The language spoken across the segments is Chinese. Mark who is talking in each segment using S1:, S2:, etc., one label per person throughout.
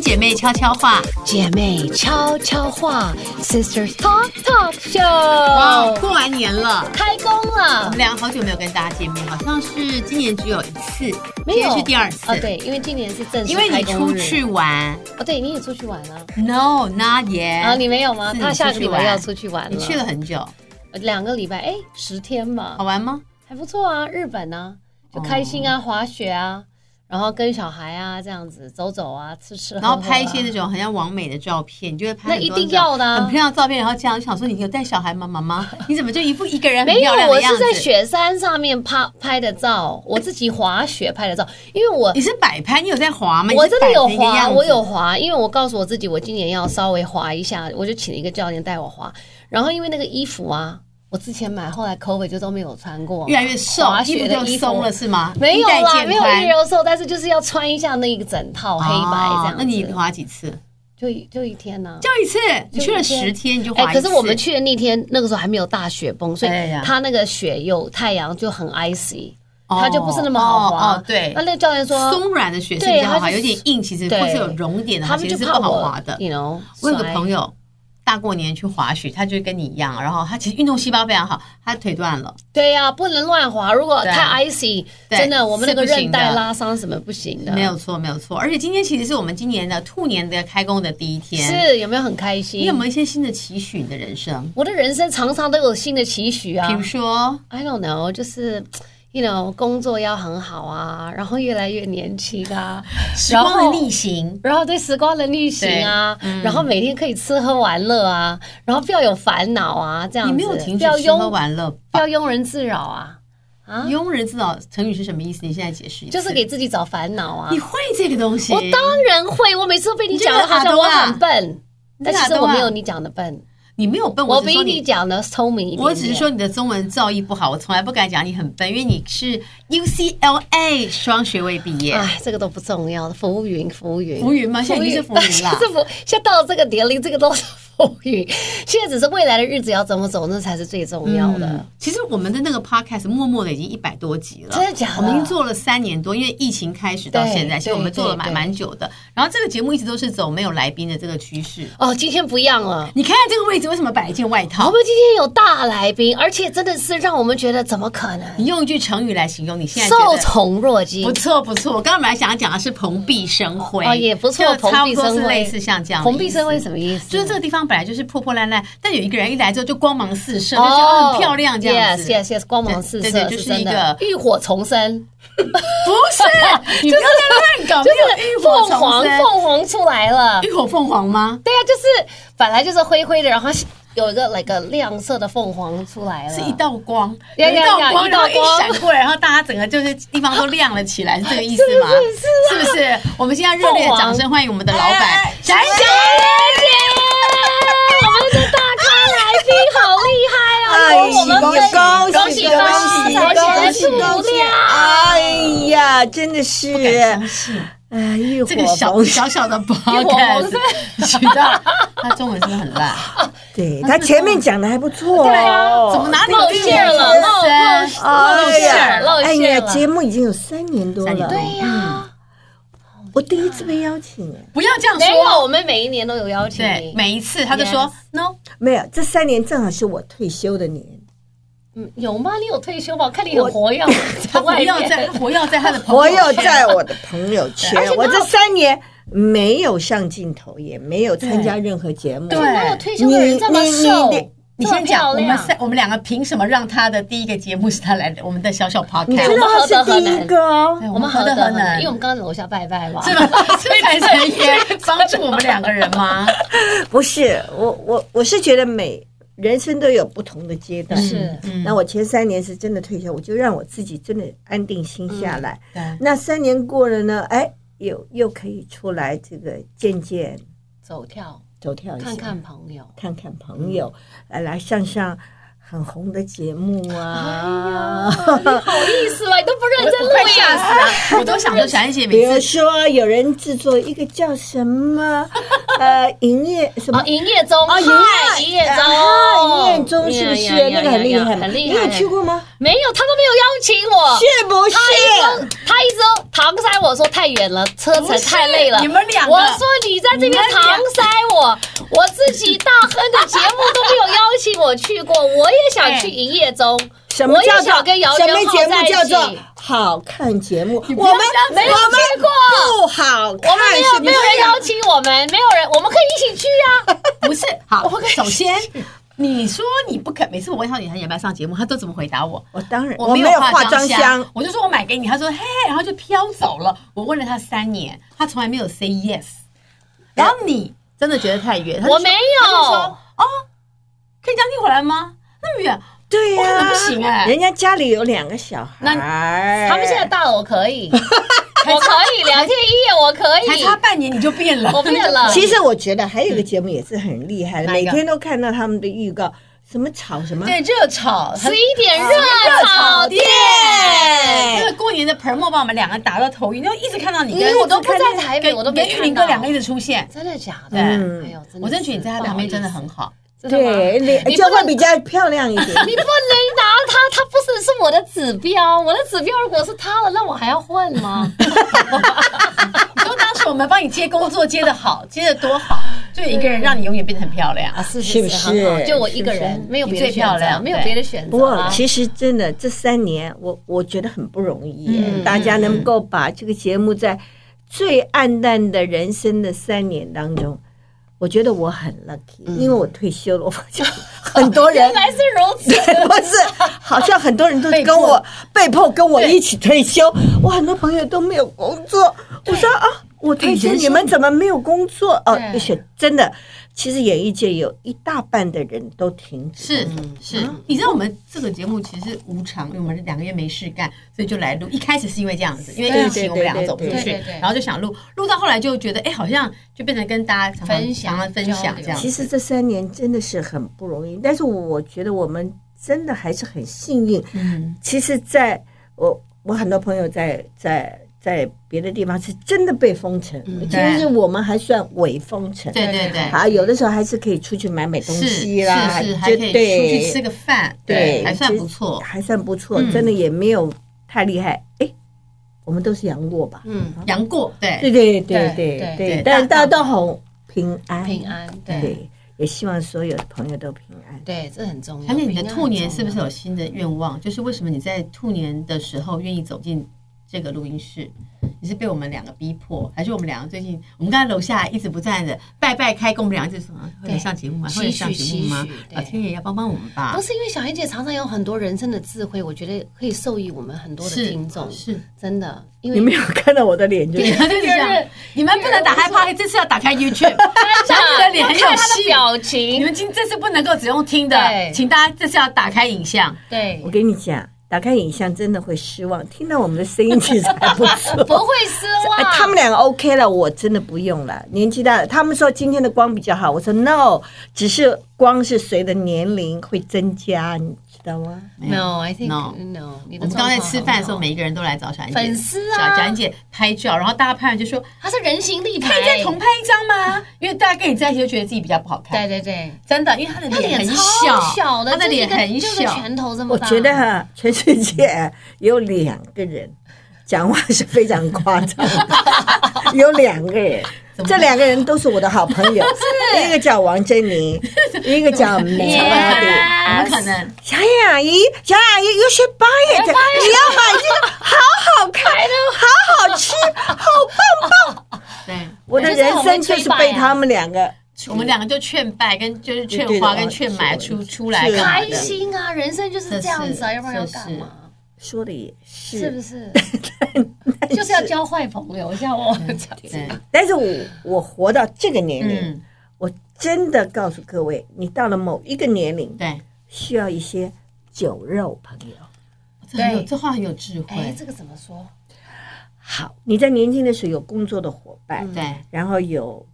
S1: 姐妹悄悄话，
S2: 姐妹悄悄话，Sisters Talk Talk Show。
S1: 哇，过完年了，
S2: 开工
S1: 我
S2: 了
S1: 们，俩好久没有跟大家见面，好像是今年只有一次，
S2: 没
S1: 今
S2: 有
S1: 天是第二次，
S2: 哦，对，因为今年是正式
S1: 因为你
S2: 开工
S1: 出
S2: 日
S1: 去玩
S2: 哦，对，你也出去玩了。
S1: ，No not yet，
S2: 啊，你没有吗？
S1: 哎是
S2: 他
S1: 你
S2: 下
S1: 出
S2: 个
S1: 去
S2: 礼拜
S1: 玩
S2: 要出去玩
S1: 你去了哦很久，
S2: 两个礼拜，哎，十天吧
S1: 好，玩吗？
S2: 还不错啊，日本啊，就开心
S1: 哦
S2: 啊，滑雪啊，然后跟小孩啊这样子走走啊，吃吃喝喝
S1: 然
S2: 啊，
S1: 后拍一些那种很像完美的照片，你就会拍
S2: 那
S1: 很
S2: 一
S1: 多
S2: 定
S1: 种
S2: 要的啊
S1: 很漂亮的照片，然后这样就想说你有带小孩吗？妈 妈，你怎么就一副一个人很
S2: 没有
S1: 漂，亮
S2: 我
S1: 的样
S2: 是
S1: 子？
S2: 在雪山上面拍拍的照，我自己滑雪拍的照，因为我
S1: 你是摆拍，你有在滑吗？
S2: 我真的有
S1: 你是摆成一个
S2: 滑，
S1: 样子
S2: 我有滑，因为我告诉我自己，我今年要稍微滑一下，我就请了一个教练带我滑。然后因为那个衣服啊，我之前买，后来口尾就都没有穿过，
S1: 越来越瘦
S2: 滑，
S1: 衣
S2: 雪
S1: 服
S2: 的
S1: 就
S2: 衣服
S1: 松了是吗？
S2: 没有
S1: 衣带
S2: 啦，
S1: 渐
S2: 没有
S1: 宽
S2: 一柔瘦，但是就是要穿一下那一整套黑白这样
S1: 哦
S2: 子。
S1: 那你滑几次？
S2: 就一就一天呢、
S1: 就一次，你去了十天你就
S2: 哎、
S1: 滑一
S2: 可
S1: 次。
S2: 是我们去的那天，那个时候还没有大雪崩，所以
S1: 哎呀
S2: 它那个雪有太阳就很 icy，、
S1: 哦
S2: 它就不是那么好
S1: 哦
S2: 滑。
S1: 哦对
S2: 那那个教练说，
S1: 松软的雪是
S2: 对
S1: 比较好
S2: 它
S1: 滑，
S2: 就
S1: 有点硬，其实
S2: 对
S1: 或是有熔点的话，
S2: 他们
S1: 其
S2: 就
S1: 实是不
S2: 怕
S1: 好
S2: 我
S1: 滑的。
S2: 你 y o
S1: 我有个朋
S2: 友，
S1: 友。大过年去滑雪，他就跟你一样，然后他其实运动细胞非常好，他腿断了，
S2: 对呀、不能乱滑，如果
S1: 对
S2: 太 icy，
S1: 对
S2: 真的我们那个
S1: 是不行
S2: 韧
S1: 的
S2: 带拉伤什么不行的。
S1: 没有错，没有错。而且今天其实是我们今年的兔年的开工的第一天，
S2: 是有没有很开心？
S1: 你有没有一些新的期许你的人生？
S2: 我的人生常常都有新的期许啊
S1: 比如说，
S2: ，I don't know，就是。You know，工作要很好啊，然后越来越年轻 啊，
S1: 时
S2: 然后
S1: 光的逆行，
S2: 然后对时光的逆行啊，
S1: 嗯
S2: 然后每天可以吃喝玩乐啊，然后不要有烦恼啊，这样
S1: 你
S2: 子，
S1: 没有停
S2: 不
S1: 止
S2: 要
S1: 吃喝
S2: 庸
S1: 玩乐
S2: 不
S1: 吧？
S2: 要庸人自扰啊，啊，
S1: 庸人自扰成语是什么意思？你现在解释一次。
S2: 就是给自己找烦恼啊
S1: 你。会这个东西，
S2: 我当然会，我每次都被你讲的好像
S1: 啊
S2: 我很笨，
S1: 你这
S2: 但
S1: 个
S2: 其
S1: 阿
S2: 实
S1: 东啊
S2: 我没有你讲的笨，
S1: 你没有笨，
S2: 我
S1: 只是
S2: 比
S1: 说
S2: 你。讲的聪明一点点。
S1: 我只是说你的中文造诣不好，我从来不敢讲你很笨，因为你是 UCLA 双学位毕业。
S2: 哎，这个都不重要，浮云，浮云，
S1: 浮云吗现在已经是浮云了
S2: 现在浮， 现在到了这个年龄，这个都是浮云。现在只是未来的日子要怎么走，那才是最重要的。
S1: 嗯其实我们的那个 podcast 默默的已经一百多集了，
S2: 真的假的
S1: 我们已经做了三年多，因为疫情开始到现在，
S2: 对
S1: 其实我们做了
S2: 对
S1: 蛮
S2: 对
S1: 蛮久的。然后这个节目一直都是走没有来宾的这个趋势。
S2: 哦，今天不一样了。
S1: 你看看这个位置为什么摆一件外
S2: 我
S1: 套？
S2: 们今天有大来宾，而且真的是让我们觉得怎么可能
S1: 你用一句成语来形容你现在觉
S2: 受
S1: 得
S2: 宠若
S1: 不
S2: 惊？
S1: 错不错，我刚刚本来想讲的是蓬荜生辉，
S2: 哦，也不错，
S1: 就
S2: 蓬
S1: 差
S2: 荜
S1: 不多
S2: 生
S1: 是
S2: 辉，
S1: 类似像这样的意思。
S2: 蓬荜生辉什么意思？
S1: 就是这个地方本来就是破破烂烂，但有一个人一来之后就光芒四射，就
S2: 哦，
S1: 觉得哦很漂亮这样子。
S2: Yes, yes, yes，光芒四
S1: 对
S2: 射，
S1: 对对就是
S2: 真
S1: 一
S2: 的
S1: 个
S2: 浴火重生，
S1: 不 是，你不要再乱搞，没有哦浴火
S2: 凤
S1: 重
S2: 凰，
S1: 生，
S2: 凤凰出来了。
S1: 浴火凤凰吗？
S2: 对呀、就是本来就是灰灰的，然后有一个那个亮色的凤凰出来了。
S1: 是一道光，
S2: 嗯呀
S1: 有一道
S2: 呀呀
S1: 光，
S2: 一道
S1: 然后一
S2: 光
S1: 闪过来，然后大家整个就是地方都亮了起来，是这个意思吗？
S2: 啊
S1: 是不是？我们现在热烈
S2: 凤
S1: 的
S2: 凰
S1: 掌声欢迎我们的老板
S2: 哎
S1: 小安姐。
S2: 我们的大咖来宾好厉害哦！
S3: 哎，
S2: 我们
S3: 恭
S2: 分
S3: 喜恭
S2: 恭
S3: 喜
S2: 喜发
S3: 恭喜
S2: 财，
S3: 恭
S2: 财
S3: 喜
S2: 主
S3: 恭喜！
S2: 亮。
S3: 哎呀，真的是，
S2: 哎
S1: 相信
S3: 哎，浴
S1: 这个
S3: 火
S1: 小
S3: 重生。
S1: 小小 的 p o
S2: 火红
S1: d 取到他中文真的很烂，
S3: 对他前面讲的还不错
S2: 对啊
S3: 哦，
S1: 怎么哪里有
S2: 露
S1: 浴
S2: 馅
S1: 火
S2: 了，
S1: 重生
S2: 露露露
S3: 哎
S2: 馅了，
S3: 呀
S2: 露
S3: 哎呀
S2: 馅，了。
S3: 节目已经有三年多
S1: 三年
S3: 了，
S1: 多
S2: 对呀，
S3: 我第一次被邀请，哎
S1: 不要这样
S2: 没有，
S1: 说。
S2: 我们每一年都有邀请
S1: 对
S2: 你，。
S1: 每一次他都说
S2: Yes
S1: no，
S3: 没有，这三年正好是我退休的年，
S2: 嗯，有吗？你有退休吗？我看你很活跃，在
S1: 他活
S2: 外
S1: 要
S2: 面。
S1: 在活要在 他的朋
S3: 我
S1: 友
S3: 有
S1: 圈
S3: 在我的朋友
S2: 而且
S3: 圈，
S2: 他
S3: 我这三年没有上镜头，也没有参加任何节目，
S1: 对
S2: 哪有退休的人这么
S3: 你你
S2: 瘦
S3: 你？
S1: 你先讲，
S2: 这么漂
S1: 我
S2: 亮
S1: 们三我们两个凭什么让他的第一个节目是他来的？我们的小小 podcast，哎
S3: 你知道他是第一个哦。
S1: 对
S2: 我们何
S1: 何
S2: 德
S1: 何
S2: 何
S1: 能
S2: 能？因为我们刚刚楼下拜拜嘛。
S1: 是 吧？所以才成也帮助我们两个人吗？
S3: 不是，我我我是觉得每人生都有不同的阶段。
S2: 是
S1: 嗯
S3: 那我前三年是真的退休，我就让我自己真的安定心下来。
S1: 对
S3: 那三年过了呢，哎，又又可以出来这个见见
S2: 走跳，
S3: 走跳一下，
S2: 看看朋友。
S3: 看看朋友，来来上上很红的节目啊。
S2: 哎好意思吗？你都不认真录
S1: 快吓
S2: 呀？
S1: 死了！我都想 说，小安姐
S3: 比
S1: 每
S3: 如
S1: 次
S3: 说，有人制作一个叫什么呃营业什么
S2: 哦，营业中，
S3: 哦，
S2: 嗨，营业中，
S3: 啊营业中是
S2: 呀
S3: 不
S2: 呀呀
S3: 是那个很厉
S2: 呀呀
S3: 害？
S2: 很厉
S3: 你有
S2: 害
S3: 去过吗？
S2: 没有，他都没有邀请我。
S3: 是不是？
S2: 他一直他一直都搪塞我说太远了，车程太累了。
S1: 不是你们两个
S2: 我说你在这边搪塞我，我自己大亨的节目都没有邀请我去过，我也想去营业中，
S3: 哎什
S2: 哎
S3: 么
S2: 我
S3: 叫
S2: 也
S3: 做
S2: 想跟姚
S3: 什
S2: 元
S3: 么
S2: 浩
S3: 节
S2: 在
S3: 目
S2: 一
S3: 叫
S2: 起。
S3: 做好看节目？我们
S1: 不要这样子
S3: 我们
S2: 结果
S3: 不好看，
S2: 我们没有
S3: 是不
S2: 没
S3: 是
S2: 有人邀请我们，没有人，我们可以一起去啊。
S1: 不是 好。首先，你说你不肯，每次我问他你还要不要上节目，他都怎么回答我？
S3: 我当然
S1: 我
S3: 没
S1: 没
S3: 有
S1: 有
S3: 化
S1: 化
S3: 妆
S1: 妆
S3: 箱
S1: 箱，，我就说我买给你，他说嘿，然后就飘走了。我问了他三年，他从来没有 say yes。然后你真的觉得太远，他就
S2: 我
S1: 说
S2: 没
S1: 他就说
S2: 有，
S1: 哦，可以将近回来吗？那么远，
S3: 对
S1: 我可
S3: 呀，
S1: 能不行哎
S3: 人家家里有两个小孩，
S2: 啊他们现在大了，我 可以，我可以两天一夜，我可
S1: 才
S2: 以，
S1: 差半年你就变了，
S2: 哎 我变了。
S3: 其实我觉得还有一个节目也是很厉害的，
S1: 哪
S3: 每
S1: 一个
S3: 天都看到他们的预告，什么炒什么，
S1: 对热炒
S2: 十一点热炒店，
S1: 那个过年的盆末把我们两个打到头晕，因为一直看到你跟
S2: 因为我都不在台北，
S1: 跟
S2: 我都没
S1: 跟玉
S2: 看
S1: 林哥
S2: 到。
S1: 两个一直出现，
S2: 真的假的？
S1: 对
S2: 哎呦，
S1: 嗯我真觉得你在他旁边真的很
S2: 好，
S1: 好。
S2: 真的吗
S3: 对，
S2: 你
S3: 脸
S2: 不
S3: 就会
S2: 能
S3: 比较漂亮一点。
S2: 你不能拿他，他不是是我的指标，我的指标如果是他了，那我还要混吗？
S1: 你说当时我们帮你接工作接的好， 接的多好，就有一个人让你永远变得很漂亮。
S2: 啊，是
S3: 是不是
S2: 很好就我一个
S3: 是
S2: 人
S3: 不，是
S2: 没有别的
S1: 你最漂
S2: 选择，啊
S1: 亮
S2: 没有
S1: 对
S2: 别的选
S3: 不
S2: 择
S3: 过，
S2: 啊。
S3: 其实真的这三年，我我觉得很不容易耶、
S2: 嗯
S3: 大家能够把这个节目在最暗淡的人生的三年当中，我觉得我很 lucky，、因为我退休了，我发现很多人
S2: 嗯 原。来 是如此，
S3: 不是，好像很多人都
S1: 被
S3: 跟
S1: 迫
S3: 我被迫跟我一起退休。我很多朋友都没有工作。我说啊，我退休，
S1: 人
S3: 你
S1: 生
S3: 们怎么没有工作？哦，
S2: 对
S3: 而且真的，其实演艺界有一大半的人都停止
S1: 是
S2: 嗯
S1: 是，你知道我们这个节目其实无偿，因为我们两个月没事干，所以就来录。一开始是因为这样子，因为疫情我们两个走不出
S2: 对
S1: 去
S2: 对对对，
S1: 然后就想录，录到后来就觉得，哎，好像就变成跟大家常常
S2: 分享
S1: 常常分
S2: 交
S1: 享
S2: 流
S1: 这样子。
S3: 其实这三年真的是很不容易，但是我觉得我们真的还是很幸运。
S1: 嗯，
S3: 其实在，我我很多朋友在在在别的地方是真的被封城，
S2: 嗯
S3: 其
S1: 对
S3: 实我们还算伪封城。
S1: 对对对。
S3: 啊，有的时候还是可以出去买买东
S1: 是
S3: 西啦，
S1: 是是，还可以出去吃
S3: 个，
S1: 个饭，
S3: 对
S1: 还算
S3: 其实
S1: 不错。
S3: 还算不错，
S1: 嗯
S3: 真的也没有太厉害。哎，我们都是杨过吧？啊
S2: 嗯，
S1: 杨过，对，
S3: 对对对
S2: 对对
S3: 对
S1: 对
S3: 但大
S1: 大
S3: 家都好平安
S2: 平安，对
S3: 对，也希望所有的朋友都平安。
S2: 对，这很重要。
S1: 嗯而且你
S2: 平
S1: 的
S2: 安
S1: 兔年
S2: 很
S1: 是
S2: 重
S1: 不
S2: 要
S1: 是有新的愿望？就是为什么你在兔年的时候愿意走进这个录音室？你是被我们两个逼迫，还是我们两个最近我们刚才楼下一直不断的拜拜开工，我们两个就说啊会来
S2: 对
S1: 上节目吗？
S2: 唏嘘
S1: 会来上节目吗
S2: 唏嘘？对
S1: 老天爷要帮帮我们吧
S2: 不！是因为小燕姐常常有很多人生的智慧，我觉得可以受益我们很多的
S1: 是
S2: 听众，
S1: 是，
S2: 真的。因
S3: 你
S2: 为
S3: 没有看到我的脸，就是
S1: 对，就是这样。你们不能打开 p o 这次要打开 YouTube，小
S2: 真
S1: 你
S2: 的
S1: 的脸很有
S2: 看她的
S1: 戏。
S2: 表
S1: 你
S2: 情，
S1: 们今这次不能够只用听的
S2: 对，
S1: 请大家这次要打开影像。
S2: 对
S3: 我，跟你讲，打开影像真的会失望，听到我们的声音其实还不
S2: 不会
S3: 错。
S2: 啊失
S3: 哎
S2: 望。
S3: 他们两个 OK 了，我真的不用了。年纪大了，他们说今天的光比较好，我说 no，只是光是随着年龄会增加，你知道吗？
S2: No，I think
S1: No
S2: no。我
S1: 我们刚才吃饭的时候，每一个人都来找小安姐，
S2: 粉丝啊
S1: 小小安姐拍照，然后大家拍完就说
S2: 他是人形立牌，
S1: 可以再重拍一张吗？因为大家跟你在一起就觉得自己比较不好看，
S2: 对对对，
S1: 真的，因为他的
S2: 他脸
S1: 很
S2: 超
S1: 小，
S2: 的，
S1: 他的脸
S2: 就是一
S1: 很
S2: 个就是
S1: 小，
S2: 拳头这么
S3: 我
S2: 大。
S3: 觉得哈，全世界有两个人讲话是非常夸张的，有两个人。
S1: 怎么
S3: 这两个人都是我的好朋友，一个叫王珍妮，一个叫梅花
S1: 怎
S3: 玲。
S1: 么可能？
S3: 小野阿姨，小野阿姨，you should buy it，你要买这个，好好看，好好吃，好棒！
S1: 对，
S3: 我的人生就是被他们两个，
S1: 我们两个就劝败，跟就是劝
S3: 对对
S1: 花
S3: 的
S1: 跟劝买
S3: 是
S1: 出
S3: 是
S1: 出来干嘛
S2: 开
S1: 的
S2: 心啊，人生就是这样子
S1: 这
S2: 啊，
S1: 是
S2: 要不然要干嘛？
S3: 说的也是，
S2: 是不是？ 就是要交坏朋友，像我讲。
S1: 对，
S3: 但是我我活到这个年龄，
S1: 嗯，
S3: 我真的告诉各位，你到了某一个年龄，
S1: 对，
S3: 需要一些酒肉朋友。
S1: 这很有
S2: 对
S1: 这话很有智
S2: 哎
S1: 慧，，
S2: 这个怎么说？
S3: 好，你在年轻的时候有工作的伙伴，
S2: 嗯
S1: 对，
S3: 然后有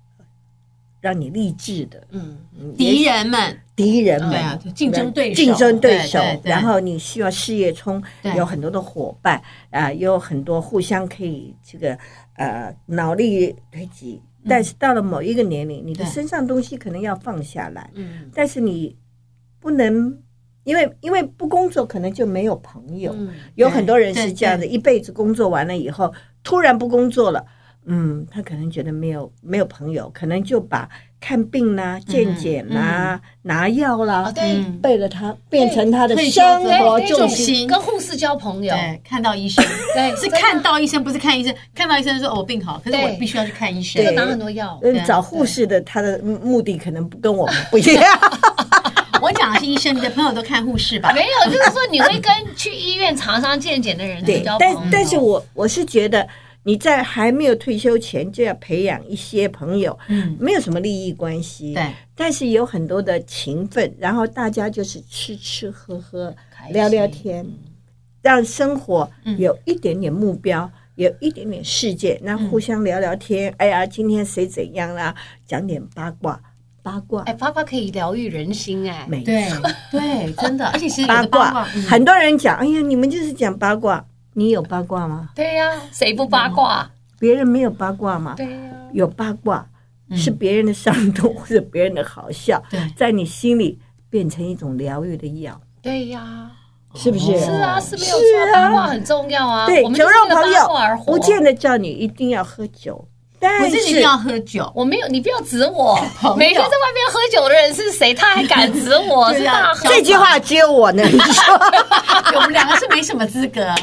S3: 让你励志的
S2: 嗯，
S3: 嗯
S1: 敌人们，
S3: 敌人们，
S1: 对啊，就竞争对手，
S3: 竞争对手，
S1: 对对
S3: 然后你需要事业冲，
S1: 对
S3: 有很多的伙伴啊、有很多互相可以这个呃脑力推挤。
S1: 嗯
S3: 但是到了某一个年龄，你的
S1: 对
S3: 身上东西可能要放下来，
S2: 嗯，
S3: 但是你不能，因为因为不工作可能就没有朋友，
S2: 嗯
S3: 有
S1: 对
S3: 很多人是
S1: 对
S3: 这样的，
S1: 对
S3: 一辈子工作完了以后，突然不工作了，嗯，他可能觉得没有没有朋友，可能就把看病啦、健检啦、拿药啦
S2: 啊，，对
S1: 嗯
S3: 背了他变成他的
S1: 退休
S3: 生
S1: 之后
S3: 活
S1: 对
S3: 重
S1: 重
S3: 心。
S1: 心
S2: 跟护士交朋友，
S1: 对，看到医生
S2: 对，
S1: 是
S2: 真的
S1: 看到医生，不是看医生。看到医生说哦我病好，可是我
S2: 对
S1: 必须要去看医生
S2: 这。个拿很多药，
S3: 嗯
S1: 对，啊
S3: 找护士的他的目的可能不跟我们不一样，
S1: 我讲的是医生，你的朋友都看护士 吧？
S2: 没有，就是说你会跟去医院常常健检的人
S3: 对
S2: 交，朋
S3: 但
S2: 友。
S3: 但是我我是觉得你在还没有退休前就要培养一些朋友，
S1: 嗯，
S3: 没有什么利益关系，
S1: 对，
S3: 但是有很多的情分，然后大家就是吃吃喝喝，
S2: 开心
S3: 聊聊天，让生活
S1: 嗯
S3: 有一点点目标，有一点点世界，那互相聊聊天，哎呀，今天谁怎样啦，讲点八卦，八卦
S2: 哎，，八卦可以疗愈人心哎，
S3: 没
S1: 对对，真的。而且其实有
S3: 八
S1: 的八
S3: 卦
S1: 卦，嗯，
S3: 很多人讲，哎呀，你们就是讲八卦，你有八卦吗？
S2: 对呀，谁不八卦？
S3: 别人没有八卦吗？
S2: 对呀，
S3: 有八卦
S1: 嗯
S3: 是别人的伤 痛或者别人的好笑，
S1: 对，
S3: 在你心里变成一种疗愈的药，
S2: 对呀，
S3: 是不是？
S1: 哦
S2: 是啊，是没有
S3: 是
S2: 错，
S3: 啊
S2: 八卦很重要啊。
S3: 对
S2: 我，们
S3: 酒
S2: 就是
S3: 肉
S2: 为了
S3: 朋
S2: 八卦而
S3: 友
S2: 活
S3: 不见得叫你一定要喝酒，
S1: 不
S3: 但
S1: 是你一定要喝酒。
S2: 我没有，你不要指我
S1: 朋友。
S2: 每天在外面喝酒的人是谁？他还敢指 我？
S1: 对
S2: 是
S1: 呀
S2: 大
S3: 这句话只 有我能 说。
S1: 我们两个是没什么资格。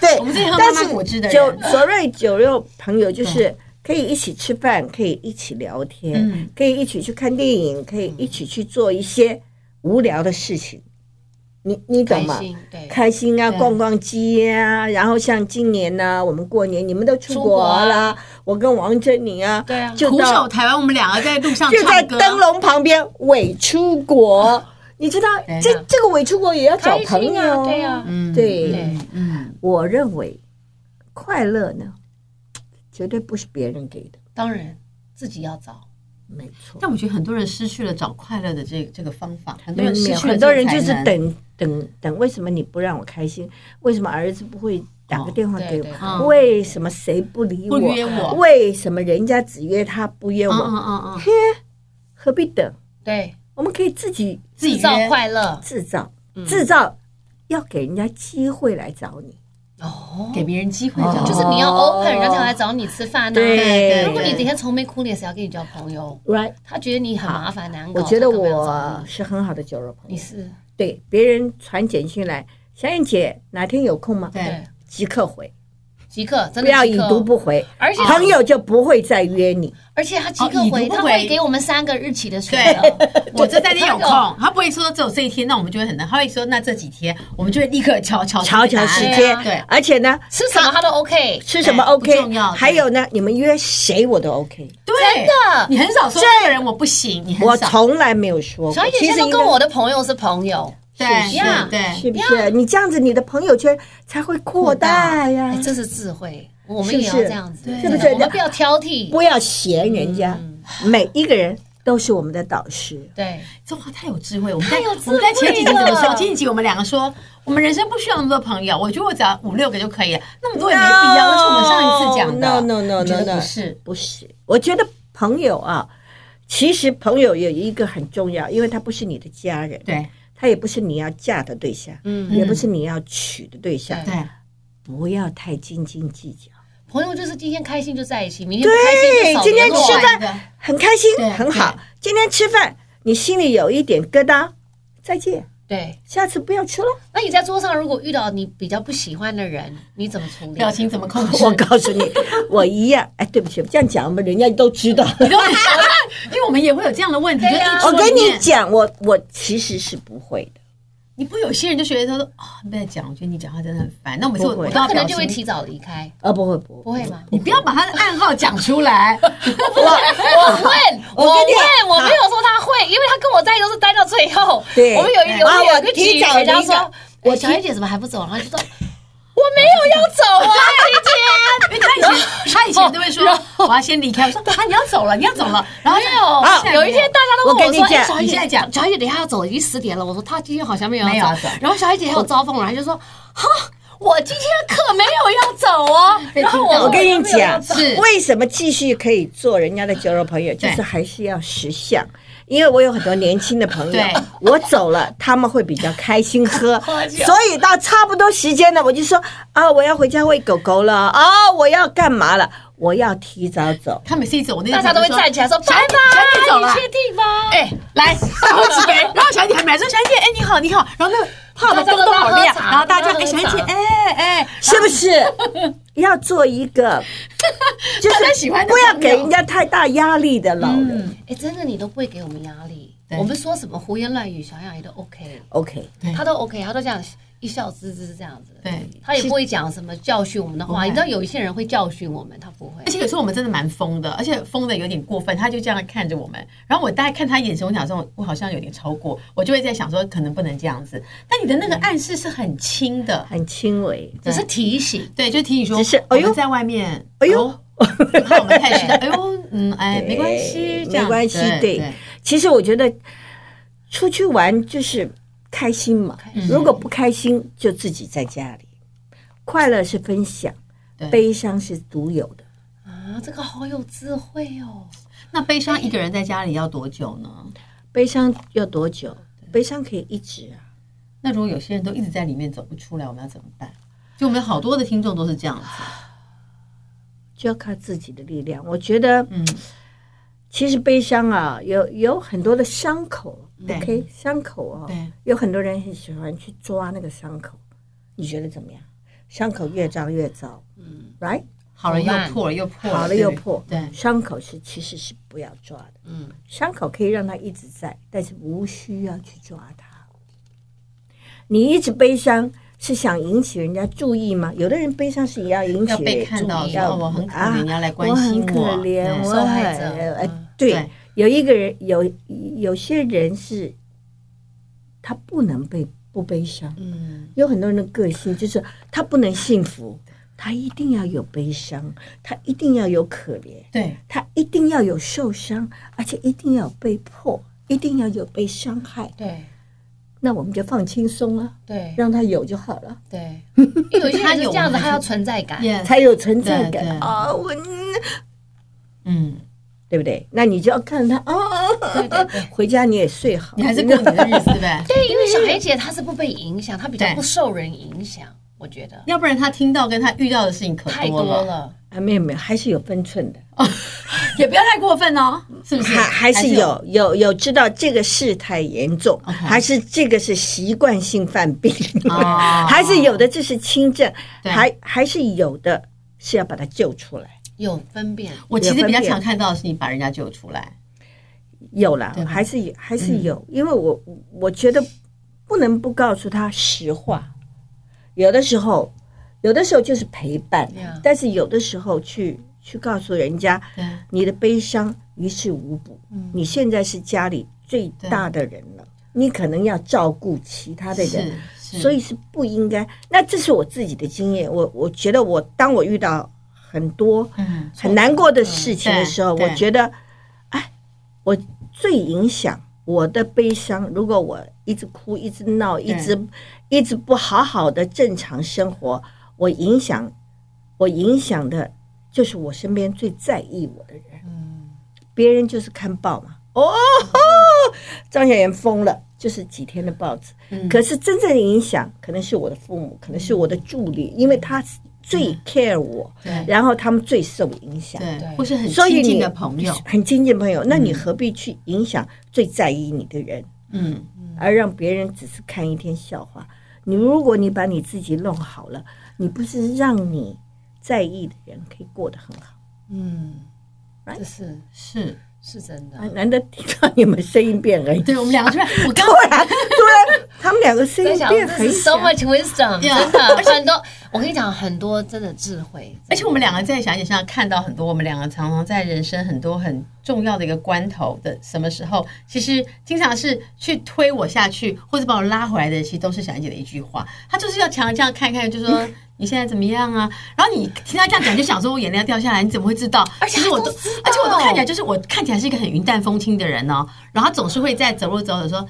S3: 对，
S1: 我们这些喝
S3: 但
S1: 妈
S3: 是
S1: 妈果汁的
S3: 酒
S1: 人，
S3: 所谓酒肉朋友，就是可以一起吃饭，可以一起聊天，
S1: 嗯
S3: 可以一起去看电影，可以一起去做一些无聊的事情。你你懂吗
S2: 开？心对。
S3: 开心啊，
S1: 对
S3: 逛逛街啊，然后像今年呢、我们过年你们都出
S2: 出
S3: 国
S2: 国啊
S3: 啦，我跟王珍妮啊，
S2: 对啊
S3: 就
S1: 苦
S3: 到
S1: 守台湾，我们两个在路上
S3: 就在
S1: 唱歌。哦
S3: 灯笼旁边伪出国，你知道
S1: 对啊
S3: 这这个伪出国也要找
S2: 开
S3: 朋
S2: 心
S3: 友，
S2: 啊，对呀、
S1: 嗯
S3: 对
S1: 嗯嗯，
S3: 我认为快乐呢，绝对不是别人给的，
S2: 当然自己要找。
S3: 没错。
S1: 但我觉得很多人失去了找快乐的这这个方法，很多
S3: 没有
S1: 人
S3: 没
S1: 失
S3: 有
S1: 去了
S3: 很
S1: 这
S3: 多
S1: 个
S3: 人就
S1: 才
S3: 是
S1: 能
S3: 等等等，为什么你不让我开心？为什么儿子不会打个
S1: 哦
S3: 电话
S2: 对
S3: 给
S2: 对
S3: 我？
S1: 嗯
S3: 为什么谁不理
S1: 不约
S3: 我？
S1: 我
S3: 为什么人家只约他不约
S1: 嗯
S3: 我？
S1: 嗯嗯嗯，
S3: 何必等？
S2: 对，
S3: 我们可以自己
S1: 自己
S2: 制造
S1: 约
S2: 快乐
S3: 制造，
S1: 嗯
S3: 制造要给人家机会来找你。
S2: 哦，
S1: 给别人机会
S3: 哦
S1: 找，
S2: 就是你要 open，人家才来找你吃饭呢、
S3: 对对
S2: 如果你
S1: 对
S2: 整天愁眉苦脸，谁要跟你交朋友？
S3: Right，
S2: 他觉得你很麻烦难搞。
S3: 我觉得
S2: 他干嘛要找
S3: 我
S2: 你
S3: 是很好的酒肉朋
S2: 你
S3: 友。
S2: 是
S3: 对别人传简讯来，小燕姐哪天有空吗？
S1: 对
S2: 对，
S3: 即刻回，
S2: 即刻真的
S3: 不要
S2: 即
S3: 已
S2: 刻
S3: 读，不回，
S2: 而且
S3: 朋友就不会再约你。
S2: 而且他即
S1: 哦
S2: 刻
S1: 已读
S2: 回，
S1: 不
S2: 他
S1: 回
S2: 会给我们三个日期的选择。
S1: 对我这三天有空
S2: 他有，
S1: 他不会说只有这一天，那我们就会很难。他会说那这几天，我们就会立刻瞧瞧
S3: 瞧
S1: 这个答
S3: 瞧
S1: 案
S3: 时
S2: 对啊
S3: 间，
S1: 对
S3: 而且呢，
S2: 吃什么他都 OK。
S3: 吃什么
S1: 对不
S3: OK，
S1: 重要对
S3: 还有呢，你们约谁我都 OK，
S1: 对
S2: 真的
S1: 你很少说这个人我不行，你很
S3: 我
S1: 少。
S3: 从来没有说
S2: 小
S3: 过。
S2: 野
S3: 其
S2: 现
S3: 实
S2: 在都
S3: 应该
S2: 跟我的朋友是朋友，
S1: 对
S2: 一样
S1: 对
S3: 是不是？你这样子，你的朋友圈才会扩大呀
S2: 哎，。这是智慧。我们
S3: 是不
S2: 也
S3: 是
S2: 要这样子，
S1: 对
S2: 真的
S1: 是不是
S2: 我们不要挑剔。
S3: 不要嫌人家，
S2: 嗯
S3: 每一个人都是我们的导师。
S2: 对，
S1: 这话太有智慧。我们在
S2: 太有
S1: 我们在
S2: 智慧
S1: 前几集怎么说？
S2: 了
S1: 前几集我们两个说，我们人生不需要那么多朋友，我觉得我只要五六个就可以了，那么多也没必要。那是我们上一次讲的。
S3: No no no
S1: 我觉
S3: no
S1: 得
S3: no，
S1: 不是。
S3: 不是，我觉得朋友啊，其实朋友有一个很重要，因为他不是你的家人，
S1: 对
S3: 他也不是你要嫁的对象，
S2: 嗯，
S3: 也不是你要娶的对象，
S1: 对，
S3: 不要太斤斤计较。
S2: 朋友就是今天开心就在一起，明天不开心就少
S3: 今天
S2: 联络
S3: 吃饭
S1: 对
S3: 很开心
S1: 对，
S3: 很好
S1: 对。
S3: 今天吃饭，你心里有一点疙瘩，再见，
S2: 对，
S3: 下次不要吃了。
S2: 那你在桌上如果遇到你比较不喜欢的人，你怎么处理？
S1: 表情怎么控制？
S3: 我告诉 你，我一样。哎，对不起，这样讲我们人家都知 道。
S1: 你都很熟了，因为我们也会有这样的问题。
S2: 对呀
S1: 就是
S3: 我
S1: 一
S3: 跟
S1: 桌里
S3: 你
S1: 面
S3: 讲，我我其实是不会的。
S1: 你不有些人就觉得他说啊，你不要讲，我觉得你讲话真的很烦。那我每次我
S3: 不会
S1: 我都
S2: 他
S1: 要
S2: 可
S1: 表
S2: 能就会
S1: 情，
S2: 提早离开，
S3: 啊，不会不会
S2: 不会吗？
S1: 你不要把他的暗号讲出来。
S2: 我问，
S3: 我
S2: 我
S3: 跟你
S2: 问，我
S3: 好
S2: 没有说他会，因为他跟我在都是待到最后。
S3: 对
S2: 啊我们有一有
S3: 然后
S2: 有
S3: 我
S2: 一个
S3: 提
S2: 局，
S3: 早
S2: 人家
S3: 离开
S2: 说，
S3: 我
S2: 我小
S3: 提
S2: 叶姐怎么还不走？然后就说我没有要走 啊，今天。
S1: 因为他以前他以前都会说我要先离开，我说啊你要走了，你要走了，然后
S2: 没有，
S1: 啊
S2: 有一天大家都问
S3: 我跟
S2: 我说：“
S3: 你讲
S2: 哎，小
S1: 你
S2: 姐
S1: 现在讲
S2: 小姐等一下要走，已经十点了。”我说：“她今天好像没有
S1: 没有
S2: 要
S1: 要
S2: 走
S1: 走。”
S2: 然后小姐姐还有招风了，她就说：“哈，我今天可没有要走哦。”
S1: 被
S2: 然后
S1: 听到
S2: 我
S1: 了
S3: 我跟你
S2: 没有要
S3: 讲，
S2: 走
S1: 是
S3: 为什么继续可以做人家的酒肉朋友，就
S1: 对
S3: 是还是要识相，因为我有很多年轻的朋友
S1: 对，
S3: 我走了，他们会比较开心 喝
S2: 喝，酒
S3: 所以到差不多时间了，我就说啊，我要回家喂狗狗了，啊，我要干嘛了？我要提早走。
S1: 他每次一走，我那
S2: 大家都会站
S1: 起。
S2: 起来说：“拜拜，
S1: 小姐走了
S2: 你确定吗？”
S1: 哎，来，再喝几杯。 然后小姐还买说：“小姐，哎，你好，你好。”然后那个泡的
S2: 大家
S1: 都
S2: 都
S1: 都好
S2: 在喝
S1: 亮。
S2: 茶
S1: 然后大家
S2: 都
S1: 哎，
S2: 在
S1: 小
S2: 喝茶
S1: 姐，哎哎，
S3: 是 不是要做一个，就
S1: 大家
S3: 是
S1: 喜欢的
S3: 不要
S1: 朋
S3: 给
S1: 友
S3: 人家太大压力的老人。
S1: 嗯，
S2: 哎，真的你都不会给我们压力，
S1: 对
S2: 我们说什么胡言乱语，小杨也都 OK，
S3: OK，
S1: 对
S2: 他都 OK，他都这样一笑置之这样子，
S1: 对
S2: 他也不会讲什么教训我们的
S1: 不
S2: 话。
S1: 会
S2: 你知道有一些人会教训我们，他不会
S1: 而。且有时候我们真的蛮疯的，而且疯的有点过分，他就这样看着我们。然后我大概看他眼神，我想说，我好像有点超过，我就会在想说，可能不能这样子。但你的那个暗示是很轻的，
S3: 很轻微。
S2: 只是提醒，
S1: 对，就提醒说，
S3: 只是
S1: 我
S3: 哎呦
S1: 们在外面，
S3: 哎呦
S1: 哦，怕我们太虚的，哎呦，嗯，哎，没关系，这样
S3: 没关系。
S1: 对
S3: 对，其实我觉得出去玩就是开心嘛
S2: 开
S1: 嗯
S2: 心，
S3: 如果不开心就自己在家里。快乐是分享
S1: 对，
S3: 悲伤是独有的。
S2: 啊，这个好有智慧哦！
S1: 那悲伤一个人在家里要多久呢？
S3: 悲伤要多久？悲伤可以一直啊。
S1: 那如果有些人都一直在里面走不出来，我们要怎么办？就我们有好多的听众都是这样子，
S3: 就要靠自己的力量。我觉得，
S1: 嗯，
S3: 其实悲伤啊，有有很多的伤口
S1: 对
S3: ，OK，伤口啊、
S1: 对
S3: 有很多人很喜欢去抓那个伤口，你觉得怎么样？伤口越张越糟，嗯，right，
S1: 好了又
S2: 好烂
S1: 破了又破了，
S3: 好了
S1: 对
S3: 又破，
S1: 对
S3: 伤口是其实是不要抓的，
S2: 嗯，
S3: 伤口可以让它一直在，但是无需要去抓它。你一直悲伤是想引起人家注意吗？有的人悲伤是也要引起
S1: 要
S3: 人
S1: 被看到
S3: 注意
S1: 说哦我很可怜
S3: 啊
S1: 你要来关
S3: 我
S1: 心
S3: 很可
S1: 我
S3: 怜
S1: 对，
S3: 我
S2: 受害
S3: 很
S2: 者
S3: 呃
S2: 嗯
S1: 对
S3: 对，有一个人有有些人是，他不能被不悲伤。
S2: 嗯，
S3: 有很多人的个性就是他不能幸福，他一定要有悲伤，他一定要有可怜，
S1: 对
S3: 他一定要有受伤，而且一定要有被迫，一定要有被伤害。
S2: 对
S3: 那我们就放轻松啊，
S2: 对
S3: 让他有就好了，
S2: 对，因为有一些人是这样子，
S1: 他有
S2: 他要存在感。
S1: ，yes，
S3: 才有存在
S1: 对对
S3: 感啊！我嗯
S1: 嗯，
S3: 对不对？那你就要看他啊，
S2: 对对对。
S3: 回家你也睡好，
S1: 你还是过你的日子呗。
S2: 对，因为小黑姐她是不被影响，她比较
S1: 对
S2: 不受人影响，我觉得
S1: 要不然他听到跟他遇到的事情可
S2: 太
S1: 多
S2: 多
S1: 了，
S2: 了。
S3: 啊，没有没有，还是有分寸的，
S1: 也不要太过分哦，是不是？
S3: 还还是有有有知道这个事态严重，
S1: OK
S3: 还是这个是习惯性犯病，
S1: 哦
S3: 还是有的这是轻症，
S1: 对
S3: 还还是有的是要把它救出来。
S2: 有分辨，
S1: 我其实比较
S3: 有分别
S1: 常看到的是你把人家救出来，
S3: 有啦
S1: 对，吧嗯
S3: 还是有还是有，因为我我觉得不能不告诉他实话，有的时候有的时候就是陪伴
S2: Yeah
S1: 啊
S3: 但是有的时候去去告诉人家
S1: 对
S3: 你的悲伤于事无补，
S2: 嗯
S3: 你现在是家里最大的人了，你可能要照顾其他的人
S1: 是，是，
S3: 所以是不应该。那这是我自己的经验，我我觉得我当我遇到很多
S1: 嗯，
S3: 很难过的事情的时候，
S1: 对
S3: 我
S1: 对
S3: 觉得，哎，我最影响我的悲伤。如果我一直哭、一直闹、一直一直不好好的正常生活，我影响我影响的就是我身边最在意我的人。
S2: 嗯，
S3: 别人就是看报嘛。哦，张小岩疯了，就是几天的报纸。
S1: 嗯
S3: 可是真正的影响可能是我的父母，可能是我的助理，因为他最 care 我，
S1: 对
S3: 然后他们最受影响。
S1: 嗯对，
S2: 对
S1: 或是很
S3: 所以
S1: 亲
S3: 你
S1: 近的朋友，
S3: 很亲近的朋友，那你何必去影响最在意你的人，
S1: 嗯，
S3: 而让别人只是看一天笑话？你如果你把你自己弄好了，你不是让你在意的人可以过得很好？
S2: 嗯，
S3: Right？
S2: 这是
S1: 是，
S2: 是真的
S3: 啊，，难得听到你们声音变很
S1: 对我们两个突然，我刚
S3: 突然，突然，他们两个声
S2: 真
S3: 音
S2: 想
S3: 变
S2: 这
S3: 很
S2: 是 so
S3: 小。
S2: much wisdom，
S1: Yeah
S2: 真的很多。我跟你讲，很多真的智慧，
S1: 而且我们两个在小姐身上看到很多，我们两个常常在人生很多很重要的一个关头的什么时候，其实经常是去推我下去，或者把我拉回来的，其实都是小姐姐的一句话。她就是要强这样看看，就说你现在怎么样啊？然后你听她这样讲，就想说我眼泪要掉下来，你怎么会知道？
S2: 而且
S1: 其实我
S2: 她都
S1: 都
S2: 知道，
S1: 而且我都看起来就是我看起来是一个很云淡风轻的人哦。然后她总是会在走路走走说，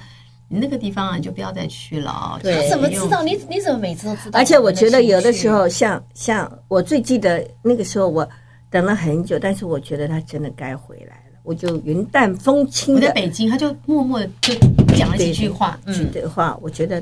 S1: 你那个地方啊，你就不要再去了哦。
S3: 对
S1: 其实
S2: 你怎么
S1: 你
S2: 知
S1: 又
S2: 道？你你怎么每次都知道？
S3: 而且我觉得有的时，候像，像我最记得那个时候，我等了很久，但是我觉得他真的该回来了。我就云淡风轻
S1: 我在
S3: 的
S1: 北京，他就默默地就讲了几句话，
S3: 去
S1: 嗯，
S3: 的话，我觉得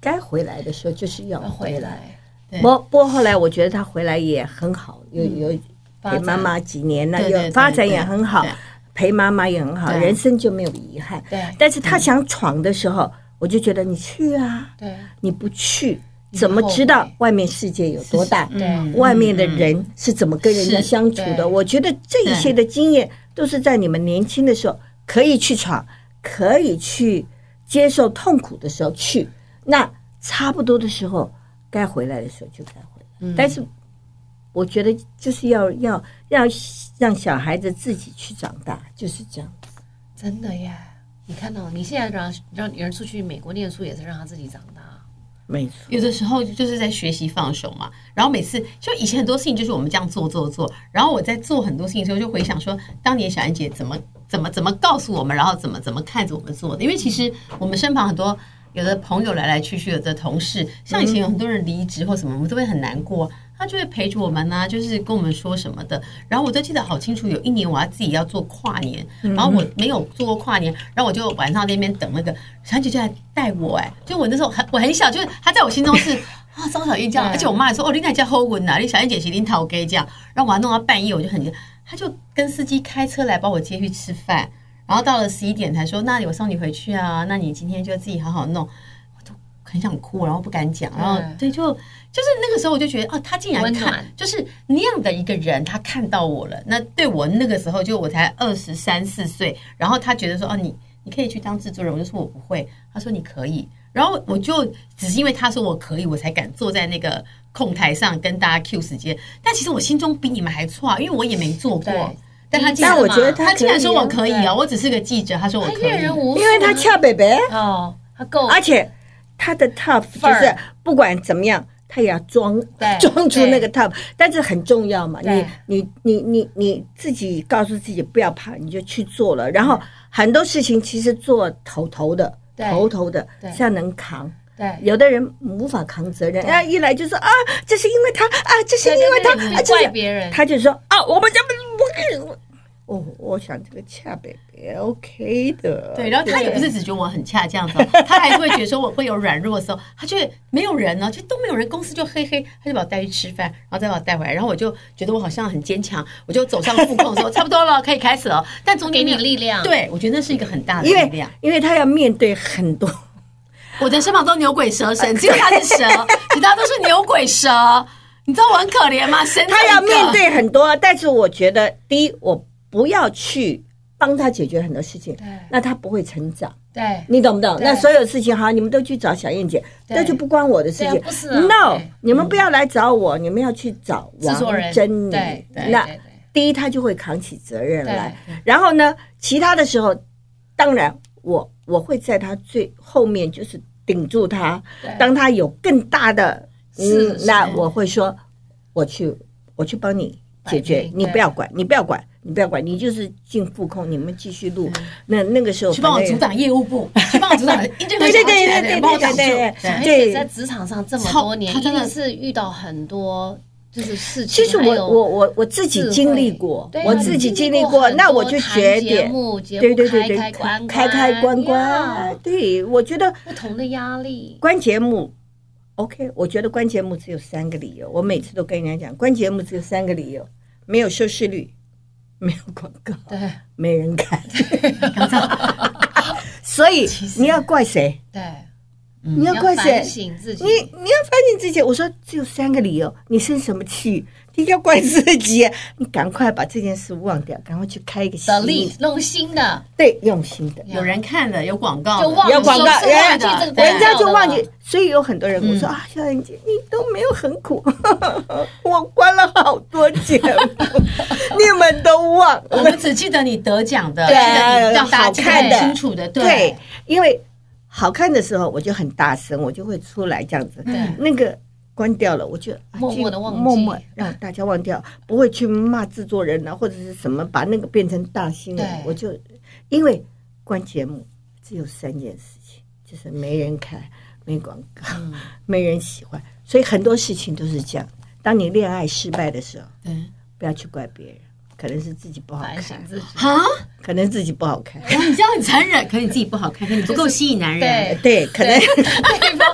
S3: 该回来的时候就是要回
S2: 回
S3: 来。
S2: 来
S1: 对嗯
S3: 不不，后来我觉得他回来也很好，有有
S2: 发
S3: 陪
S2: 展
S3: 妈妈几年了，
S1: 对对
S3: 有
S1: 对
S3: 发展
S1: 对
S3: 也很好
S1: 对，
S3: 陪妈妈也很好，
S1: 对
S3: 人生就没有遗憾。
S2: 对
S3: 但是他想闯的时候，我就觉得你去啊，
S2: 对
S3: 你不去
S2: 你
S3: 怎么
S2: 后
S3: 知道
S2: 悔
S3: 外面世界有多大？
S2: 对
S1: 嗯
S3: 外面的人是怎么跟人家
S1: 是
S3: 相处
S2: 对
S3: 的？我觉得这一些的经验都是在你们年轻的时候可以去闯，可以去接受痛苦的时候去，那差不多的时候该回来的时候就该回来。
S1: 嗯
S3: 但是我觉得就是要要要让小孩子自己去长大，就是这样。
S2: 真的耶！你看到你现在让让女儿出去美国念书，也是让她自己长大。
S3: 没错，
S1: 有的时候就是在学习放手嘛，然后每次就以前很多事情就是我们这样做做做，然后我在做很多事情的时候就回想说，当年小安姐怎么怎么怎么告诉我们，然后怎么怎么看着我们做的，因为其实我们身旁很多有的朋友来来去去，有的同事，像以前有很多人离职或什么，我们都会很难过，他就会陪着我们呐、就是跟我们说什么的。然后我都记得好清楚，有一年我要自己要做跨年，然后我没有做过跨年，然后我就晚上在那边等那个小安姐就来带我、哎，就我那时候很我很小，就是她在我心中是 啊张小燕这样，
S2: 对
S1: 而且我妈还说哦你那家后滚呐，你小燕姐是领头给这样，然后我还弄到半夜，我就很，她就跟司机开车来把我接去吃饭。然后到了十一点才说，那我送你回去啊，那你今天就自己好好弄。很想哭，然后不敢讲，然后
S2: 嗯
S1: 对，就就是那个时候我就觉得，哦，他竟然
S2: 温
S1: 看
S2: 暖，
S1: 就是那样的一个人，他看到我了。那对我那个时候就我才二十三四岁，然后他觉得说，哦，你你可以去当制作人，我就说我不会，他说你可以，然后我就只是因为他说我可以，我才敢坐在那个控台上跟大家 Q 时间。但其实我心中比你们还差，因为我也没做过
S2: 对。
S1: 但他
S2: 第一
S1: 竟然
S2: 次
S3: 但我
S2: 嘛
S3: 觉得
S1: 他
S3: 他
S1: 竟然说我
S3: 可以
S1: 可以
S2: 对
S1: 哦，我只是个记者，他说我
S2: 她
S1: 可以，
S2: 阅人无
S3: 啊，
S2: 数啊，
S3: 因为啊他恰北北，
S2: 哦，她够
S3: 而且他的 tough
S2: 范
S3: 就
S2: 儿
S3: 是不管怎么样，他也要装
S2: 对
S3: 装出那个
S2: 对
S3: tough，但是很重要嘛。
S2: 对
S3: 你你你你你自己告诉自己不要怕，你就去做了。然后很多事情其实做头头的。
S2: 对
S3: 头头的
S2: 对
S3: 是要能扛，
S2: 对，
S3: 有的人无法扛责任，啊，一来就说啊，这是因为他啊，这是因为
S2: 对
S3: 他，
S2: 对对
S3: 啊，
S2: 你
S3: 这
S2: 怪
S3: 是
S2: 别人，
S3: 他就说啊，我们家不不，我哦我想这个恰北北 OK 的，
S1: 对，然后他也不是只觉得我很恰这样子哦， 他还是会觉得说我会有软弱的时候，他却没有人呢，就都没有人，公司就黑黑，他就把我带去吃饭，然后再把我带回来，然后我就觉得我好像很坚强，我就走向副控说 差不多了，可以开始了，但中
S2: 给
S1: 间没
S2: 你
S1: 有
S2: 力量。，
S1: 对，我觉得那是一个很大的
S3: 因
S1: 力量
S3: 为。因为他要面对 很多，
S1: 我的身旁都牛鬼蛇 神，只有他是蛇，其他都是牛鬼蛇。你知道我很可怜吗？神
S3: 他要
S1: 这个
S3: 面对很多。但是我觉得，第一，我不要去帮他解决很多事情
S2: 对，
S3: 那他不会成长，
S2: 对，啊
S3: 你懂不懂？
S2: 对
S3: 那所有事情好，你们都去找小燕姐，
S2: 对
S3: 那就不关我的事
S2: 对
S3: 情
S2: 啊不是啊。
S3: No，
S2: 对
S3: 你们不要来找我，你们要去找
S2: 制作
S3: 王
S2: 人嗯
S3: 珍妮
S2: 对。对
S3: 那
S2: 对对
S3: 第一，他就会扛起责任来
S2: 对。
S3: 然后呢，其他的时候，当然我我会在他最后面，就是顶住他
S2: 对。
S3: 当他有更大的，
S2: 是
S3: 嗯，
S2: 是
S3: 那我会说，我去，我去帮你解
S2: 摆
S3: 决，
S2: 平
S3: 你
S2: 对
S3: 不要管，你不要管，你不要管，你就是进副控，你们继续录。那那个时候，
S1: 去帮我
S3: 反正
S1: 组长业务部，去帮我组长一直
S3: 对对对对对
S1: 帮我挡
S3: 对
S1: 住。
S3: 对对
S2: 而
S3: 对
S2: 且在职场上这么多年，
S1: 他
S2: 一
S1: 真的
S2: 定是遇到很多就是事情。
S3: 其实
S2: 还
S3: 我
S2: 有
S3: 我我我自己
S2: 智慧
S3: 经历过
S2: 对啊，
S3: 我
S2: 你
S3: 自己
S2: 经
S3: 经
S2: 历
S3: 历
S2: 过
S3: 过，
S2: 很
S3: 那
S2: 多
S3: 我就
S2: 谈
S3: 学
S2: 节
S3: 点。
S2: 目节目
S3: 对对对对，
S2: 开开关
S3: 开开关关哎
S2: 呀，
S3: 对我觉得
S2: 不同的压力，
S3: 关节目，OK，我觉得关节目只有三个理由，我每次都跟人家讲，关节目只有三个理由：没有收视率，没有广告，
S2: 对
S3: 没人看。所以你要怪谁？
S2: 对，
S3: 你要怪谁
S2: 嗯反？省自己
S3: 你，你要反省自己。我说只有三个理由，你生什么气？第一个要怪自己，啊你赶快把这件事忘掉，赶快去开一
S2: 得
S3: 个新
S2: 力
S3: 的，
S2: 弄新的，
S3: 对，用心的。
S1: 有人看的，有广告的，
S2: 就忘
S3: 有广告
S2: 了
S3: 人
S2: 就忘记这个
S1: 对啊
S3: 人家就忘
S2: 广告
S3: 记
S2: 了，
S3: 所以有很多人跟我说、
S1: 嗯
S3: 啊，小燕姐，你都没有很苦， 我关了好多节目，你们都忘
S1: 我
S3: 了。
S1: 们只记得你得奖的，记
S3: 对
S1: 得你让大家记得
S2: 好看
S1: 很
S2: 的
S1: 清楚的，
S3: 对，因为好看的时候我就很大声，我就会出来这样子。
S2: 对
S3: 那个关掉了，我就啊
S2: 嗯默默地
S3: 就
S2: 忘记
S3: 默默让大家忘掉，不会去骂制作人啊或者是什么，把那个变成大新闻
S2: 对。
S3: 我就因为关节目只有三件事情，就是没人看，没广告，没人喜欢，所以很多事情都是这样。当你恋爱失败的时候，
S1: 对
S3: 不要去怪别人，可能是自己不好
S2: 反
S3: 看
S2: 省，自己。
S1: 啊，
S3: 可能自己不好看，
S1: 哇你这样很残忍，可你自己不好看，可你不够吸引男人，
S2: 对
S3: 对，可能
S2: 对
S3: 对，
S2: 方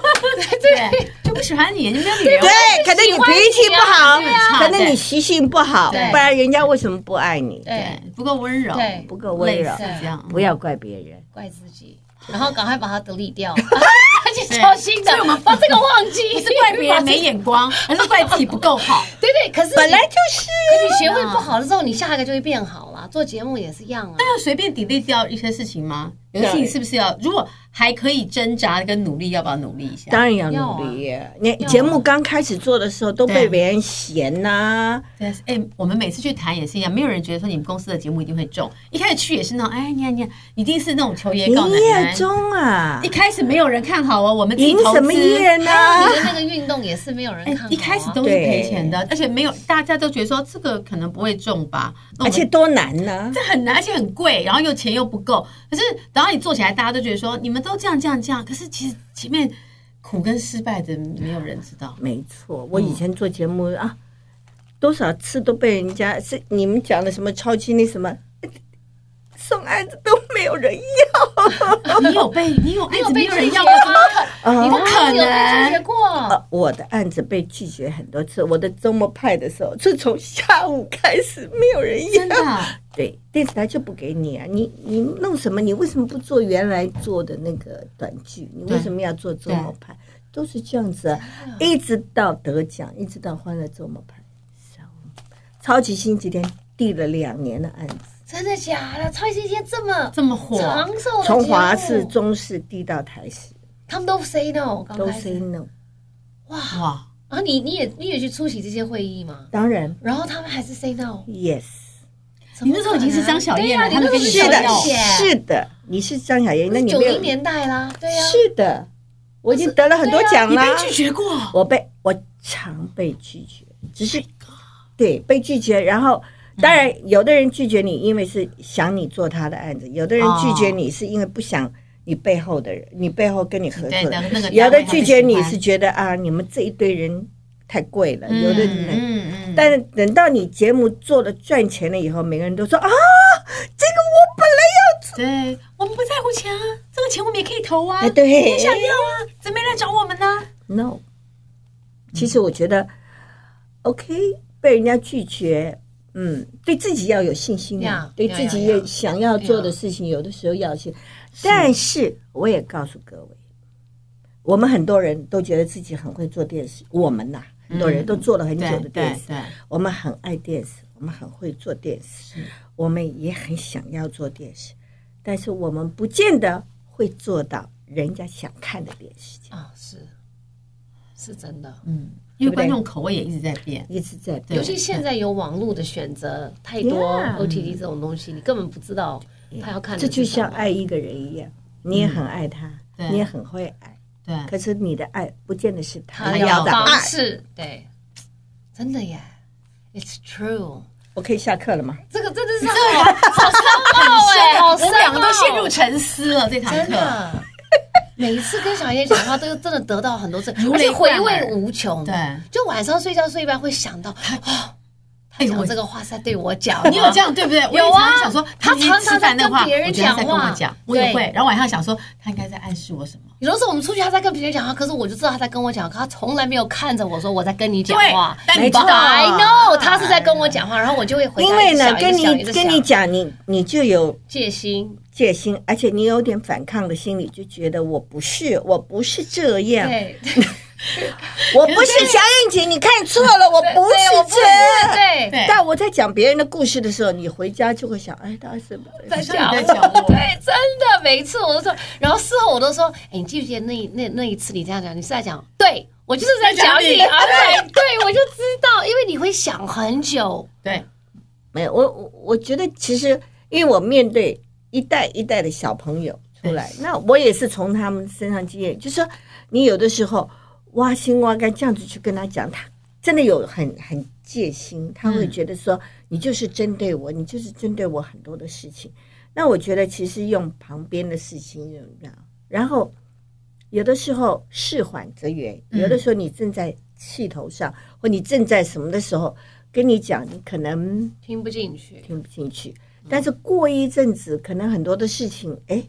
S2: 对
S1: 对，就不喜欢你，你没有女人味。
S3: 可能你脾气不好
S2: 对啊，
S3: 可能你习性不好，
S2: 对
S3: 不然人家为什么不爱你？
S2: 对，
S1: 不够温柔，
S2: 对
S3: 不够温柔
S1: 类，似这样，
S3: 不要怪别人。
S2: 怪自己，然后赶快把它 delete 掉，再去找新的，
S1: 所以我们
S2: 把这个忘记，
S1: 是怪别人没眼光，还是怪自己不够 好？
S2: 对对，可是
S3: 本来就是
S2: 可你学会不好的时候，你下一个就会变好啦。做节目也是一样啊，
S1: 要随便 delete 掉一些事情吗？有些事情是不是要，如果还可以挣扎跟努力，要不要努力一下？
S3: 当然要
S2: 要啊
S3: 努力。你节目刚开始做的时候都
S1: 对
S3: 被别人嫌呐，
S1: 对啊，哎、我们每次去谈也是一样，没有人觉得说你们公司的节目一定会中，一开始去也是那种，哎，你看你看，一定是那种求爷
S3: 营
S1: 告奶
S3: 业
S1: 奶。
S3: 中啊
S1: 一，开始没有人看好哦，我们自己
S3: 营
S1: 投
S3: 什么
S1: 资。
S3: 业呢？
S2: 还有你的那个运动也是没有人
S1: 哎
S2: 看好啊，
S1: 一开始都是赔钱的，而且没有大家都觉得说这个可能不会中吧，那我
S3: 而
S1: 们
S3: 且多难 呢？
S1: 这很难，而且很贵，然后又钱又不够。可是等到你做起来，大家都觉得说你们都这样这样这样，可是其实前面苦跟失败的没有人知 道。
S3: 没错，
S2: 嗯
S3: 我以前做节目、啊，多少次都被人家是你们讲的什么超级那什么。 送案子都没有人要，
S1: 你有被你有
S2: 你
S1: 案
S2: 有
S1: 子
S2: 被
S1: 没有人
S2: 拒绝
S1: 要过，怎么
S2: 吗？
S3: 啊
S2: 你的
S1: 不可
S2: 案子有被拒绝
S1: 能。
S2: 过？
S3: 呃，我的案子被拒绝很多次。我的周末派的时候，是从下午开始没有人要
S1: 真。的啊，
S3: 对，电视台就不给你啊！你你弄什么？你为什么不做原来做的那个短剧？你为什么要做周末派？都是这样子、啊，一直到得奖，一直到欢乐周末派，超级星期天递了两年的案子，
S2: 真的假的？超级星期天这么
S1: 这么火，
S2: 长寿的
S3: 从华
S2: 节目哦
S3: 视、中视递到台视，
S2: 他们都 say no，刚
S3: 都
S2: 开
S3: say
S2: 始。
S3: no。
S1: 哇！
S2: 然后你你也你也去出席这些会议吗？
S3: 当然
S2: 然后他们还是 say no。
S3: ，yes，啊
S1: 你那时候已经是张小燕了
S2: 对
S1: 他
S2: 呀，
S1: 们
S2: 你
S1: 跟
S2: 那
S1: 你
S2: 时
S3: 是
S2: 候
S1: 说
S3: 的
S1: 要，
S3: 是的，你是张小燕，那你
S2: 九
S3: 没有
S2: 零年代啦，对啊呀，
S3: 是的，我已经得了很多奖
S1: 你
S3: 了。
S1: 被拒绝过，
S3: 我被我常被拒绝，只是对被拒绝，然后。当然，有的人拒绝你，因为是想你做他的案子；有的人拒绝你，是因为不想你背后的人，你背后跟你合作
S1: 对那
S3: 的
S1: 个那个。
S3: 有的拒绝你
S1: 单位他不喜欢
S3: 是觉得啊，你们这一堆人太贵了；有的
S1: 嗯
S3: 人，
S1: 嗯嗯，
S3: 但是等到你节目做了赚钱了以后，每个人都说啊，这个我本来
S1: 对我们不在乎钱啊，这个钱我们也可以投啊，
S3: 哎对
S1: 也想要啊，怎么没来找我们呢？
S3: no。其实我觉得，OK，被人家拒绝，嗯，对自己要有信心啊
S2: 呀，
S3: 对
S2: 呀
S3: 自己
S2: 呀
S3: 也
S2: 呀
S3: 想要做的事情，有的时候要去。但是我也告诉各位，我们很多人都觉得自己很会做电视，我们呐、很多人都做了很久
S1: 对
S3: 的电
S1: 对
S3: 视，
S1: 对，
S3: 我们很爱电视，我们很会做电视，我们也很想要做电视，但是我们不见得会做到人家想看的电视节目。
S2: 啊，是是真的。
S1: 嗯，因
S3: 对
S1: 为
S3: 不对
S1: 观众口味也一直在变。
S3: 一直在
S1: 对
S2: 尤
S3: 变。
S2: 其现在有网络的选择太多
S3: Yeah
S2: ，OTT 这种东西，你根本不知道他要看的
S3: 这
S2: 是
S3: 就像
S2: 什么嗯
S3: 爱一个人一样，你也很爱他，
S1: 对
S3: 你也很会爱，
S1: 对，
S3: 可是你的爱不见得是
S2: 他
S3: 他要
S2: 要
S3: 的
S2: 方
S3: 爱。
S2: 式，对，真的耶，It's true。
S3: 我可以下课了吗？
S2: 这个真的是好好深奥哎，好
S1: 我
S2: 深
S1: 们两个都
S2: 奥
S1: 陷入沉思了。这堂
S2: 真
S1: 课，
S2: 的。每一次跟小叶讲话，都真的得到很多次，
S1: 如
S2: 而且
S1: 雷贯
S2: 回
S1: 耳
S2: 味无穷。
S1: 对，
S2: 就晚上睡觉睡一半会想到，哦，他
S1: 哎
S2: 讲
S1: 我
S2: 这个话是在对我讲，
S1: 你有这？样对不对？我也
S2: 有啊
S1: 常常想说，他
S2: 你常常
S1: 吃饭的话，
S2: 在跟别人
S1: 我觉得他在跟我
S2: 讲
S1: 讲
S2: 话，
S1: 我也
S2: 对
S1: 会。然后晚上想说，他应该在暗示我什么？
S2: 有的时候我们出去，他在跟别人讲话，可是我就知道他在跟我讲，可他从来没有看着我说我在跟你讲话。
S1: 对但你
S3: 没错
S1: 知道
S2: I know，他是在跟我讲话，然后我就会回答
S3: 因为
S2: 一直
S3: 呢，
S2: 想
S3: 跟
S2: 一直想
S3: 你
S2: 一直
S3: 跟
S2: 想
S3: 你讲，你你就有
S2: 戒心，
S3: 戒心，而且你有点反抗的心理，就觉得我不是，我不是这样，
S2: 对，对，
S3: 我不是小燕姐，你看错了，我 不
S2: 对我不
S3: 是这
S2: 是
S3: 样。
S2: 对，
S1: 对
S3: 但我在讲别人的故事的时候，你回家就会想，哎，他是不是
S2: 在
S1: 你
S2: 讲
S1: 在讲我
S2: 对，真的，每一次我都说，然后事后我都说，哎，你记不记得那那那一次你这样讲，你是在讲，对我就是在讲
S1: 在讲
S2: 你，
S1: 你
S2: 啊，对，对我就知道，因为你会想很久，
S1: 对，
S3: 没有，我我我觉得其实，因为我面对一代一代的小朋友出来，那我也是从他们身上经验，就是说你有的时候挖心挖肝这样子去跟他讲，他真的有很很戒心，他会觉得说、你就是针对我，你就是针对我很多的事情。那我觉得其实用旁边的事情忍让，然后有的时候事缓则圆，有的时候你正在气头上，或你正在什么的时候，跟你讲，你可能
S2: 听不进去，
S3: 听不进去，但是过一阵子，可能很多的事情，哎，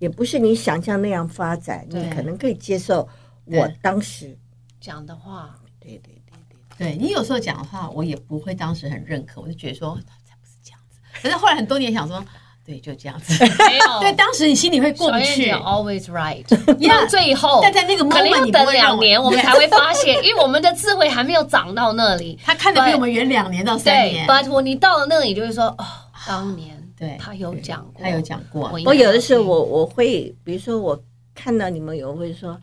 S3: 也不是你想象那样发展，
S2: 对
S3: 你可能可以接受我
S1: 对
S3: 当时，
S2: 讲的话
S3: 对对对对，
S1: 对你有时候讲的话，我也不会当时很认可，我就觉得说哦才不是这样子。可是后来很多年想说， 对，就这样 子。
S2: 没有
S1: 对，当时你心里会过不去，
S2: always right，到最后，
S1: 但在那个
S2: 可能
S1: moment
S2: 要
S1: 你不
S2: 等
S1: 会
S2: 两
S1: 认为
S2: 年，我们才会发 现，因为我们的智慧还没有长到那里。
S1: 他看的比我们远两年到 三
S2: 对
S1: 年。
S2: ，but 我你到了那里，就会说，哦，当年
S1: 对
S2: 他有讲过，
S1: 他有讲过，
S2: 应该
S3: 我有的
S2: 要
S3: 时候
S2: 听
S3: 我我会，比如说我看到你们有人会说，